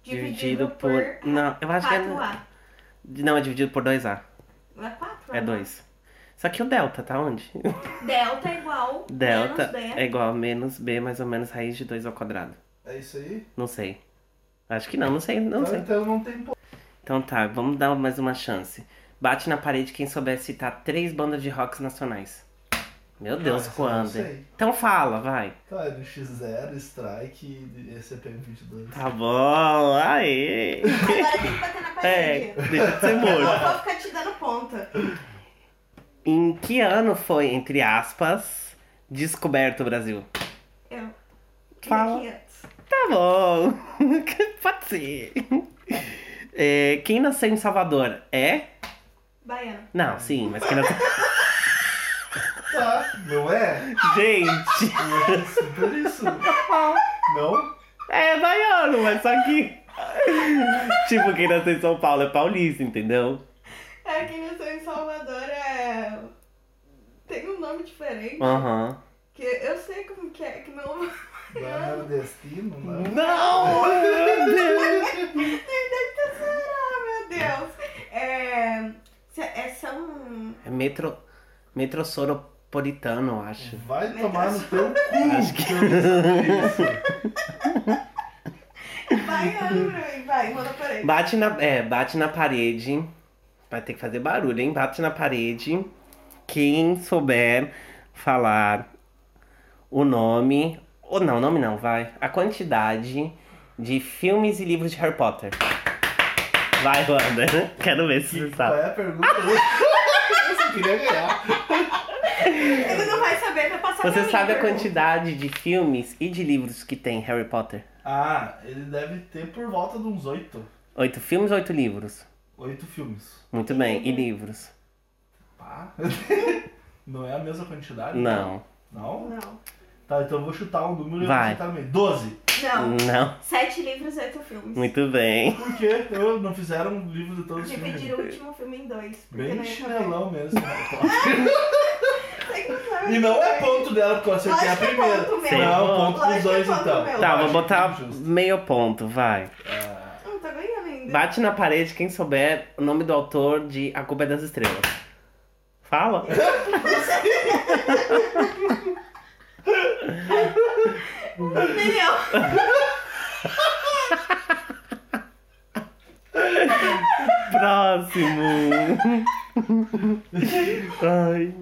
dividido, por. Não, eu acho que é. 4A. Não, é dividido por 2A. É 4A. É 2. Só que o delta tá onde? Delta é igual Delta menos B. é igual a menos B mais ou menos raiz de 2 ao quadrado. É isso aí? Não sei. Acho que não, não sei, não Então- sei. Então não tem ponto. Então tá, vamos dar mais uma chance. Bate na parede quem souber citar três bandas de rocks nacionais. Meu Deus, essa eu Ah, não quando? sei. Então fala, vai. Tá, é no X0, Strike é e SCP-22. Tá bom, aí. Agora tem que bater na É, parede. deixa de ser Eu morto. não vou ficar te dando ponta. Em que ano foi, entre aspas, descoberto o Brasil? Eu. Fala. 1500. Tá bom. Pode ser. É, quem nasceu em Salvador é? Baiano. Não, sim, mas quem nasceu. Tá, não é? Gente! É super isso. Não? É baiano, mas só que. tipo, quem nasceu em São Paulo é paulista, entendeu? É que nasceu em Salvador é. Tem um nome diferente. Ah. Aham. Que eu sei como que é, que não. Nordestino, é não? é. Não! Meu Deus! Ah, meu Deus! É. se- É São. É metro. Metrosoropolitano, eu acho. Vai Metrô. tomar no teu Acho que- cu. que eu não sei isso. Baiano pra mim, vai, manda pra ele. Bate na. É, bate na parede. Vai ter que fazer barulho, hein? Bate na parede. Quem souber falar o nome. Ou não, o nome não, vai. A quantidade de filmes e livros de Harry Potter. Vai, Wanda. Quero ver se Que- você Qual sabe. é a pergunta? Nossa, eu queria ganhar. Ele não vai saber, vai passar pra Você mim, sabe a irmão. quantidade de filmes e de livros que tem Harry Potter? Ah, ele deve ter por volta de uns oito. Oito filmes, oito livros. Oito filmes. Muito bem, e livros? Pá. Não é a mesma quantidade? Não. Não? Não. Tá, então eu vou chutar um número e Vai. eu vou chutar meio. Doze. Não. Não. Sete livros, oito filmes. Hum. Muito bem. Por quê? Eu não fizeram um livro de todos os filmes. Dividir o último filme em dois. Porque não Bem ia chinelão mesmo. né? caber. Sei que não sabe. e não é ponto dela, porque eu acertei a um Lógico que é primeira. ponto meu. Sim. Não, ponto Lógico dos que é dois ponto então. meu. Tá, Eu vou acho botar que é injusto. meio ponto, vai. Ah, Não tá ganhando ainda. Bate na parede quem souber o nome do autor de A Culpa é das Estrelas. Fala. Nem eu. Próximo. Ai.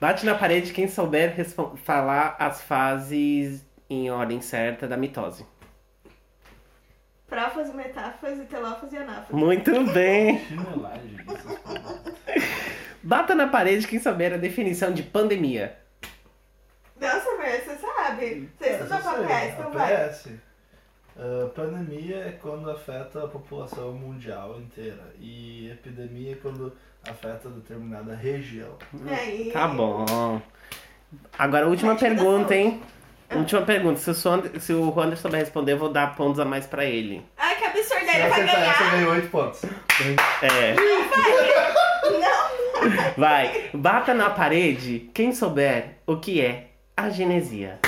Bate na parede quem souber respon- falar as fases em ordem certa da mitose. Prófase, metáfase, telófase e anáfase. Muito bem. Chinelagem. essas coisas. Bata na parede quem souber a definição de pandemia. Nossa, mas você sabe. Você É, estuda isso aí, papéis, então vai. APS. Ah, pandemia é quando afeta a população mundial inteira. E epidemia é quando afeta determinada região. Aí. Tá bom. Agora, última Mas tira Ah. pergunta, saúde. hein? Última pergunta. Se o, Suander, se o Wander souber responder, eu vou dar pontos a mais pra ele. Ai, que absurdo, Se ele vai acertar essa, eu ganhar. ganho 8 pontos. É. Não. Vai, bata na parede quem souber o que é a genesia.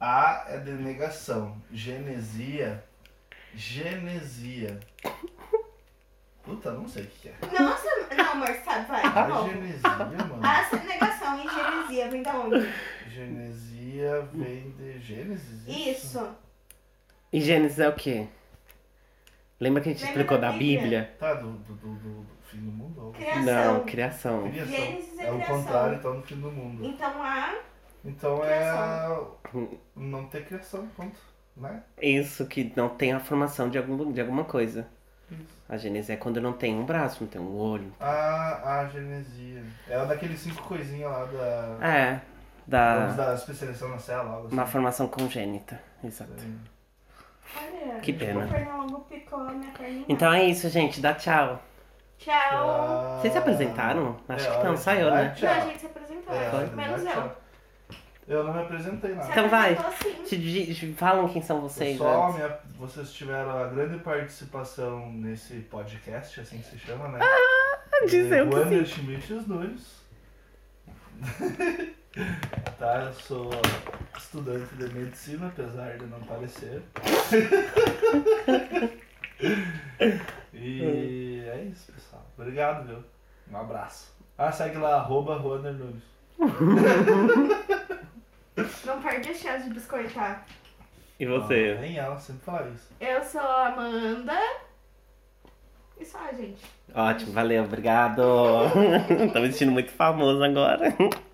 A é denegação. Genesia. Genesia. Puta, não sei o que que é. Nossa, não, amor, sabe, vai. A Tá bom. genesia, mano. A negação e genesia vem da onde? Genesia vem de Gênesis? é Isso. E Gênesis é o quê? Lembra que a gente Lembra explicou da da Bíblia? Tá, do, do, do, do fim do mundo? ou- Criação. Não, criação. Criação. Gênesis é é o criação. contrário, então no fim do mundo. Então a. Então é não ter criação, ponto. Né? Isso que não tem a formação de, algum, de alguma coisa. Isso. A genesia é quando não tem um braço, não tem um olho. A, a genesia. É daqueles cinco coisinhas lá da. É, Vamos da da especialização na célula, algo assim. uma formação congênita. Exato. Olha. Que pena. O Pernambuco picou a minha perninha. Então é isso, gente. Dá tchau. Tchau. Vocês se apresentaram? Acho Ah, É, que olha, não, saiu, dá né? Tchau. Não, a gente se apresentou. É, Foi? Menos dá eu. tchau. Eu não me apresentei nada. Então vai. Sim. Te di- te Falam quem são vocês. né? Só a antes. minha, vocês tiveram a grande participação nesse podcast, assim que se chama, né? Ah, diz eu que Wander Schmidt e os dois. tá? Eu sou estudante de medicina, apesar de não parecer. Hum. e é isso, pessoal. Obrigado, viu? Um abraço. Ah, segue lá, arroba Roner Nunes. Não perde a chance de biscoitar. E você? Ah, nem ela sempre fala isso. Eu sou a Amanda. E só, gente. Ah. Ótimo, valeu, obrigado. Tô me sentindo muito famoso agora.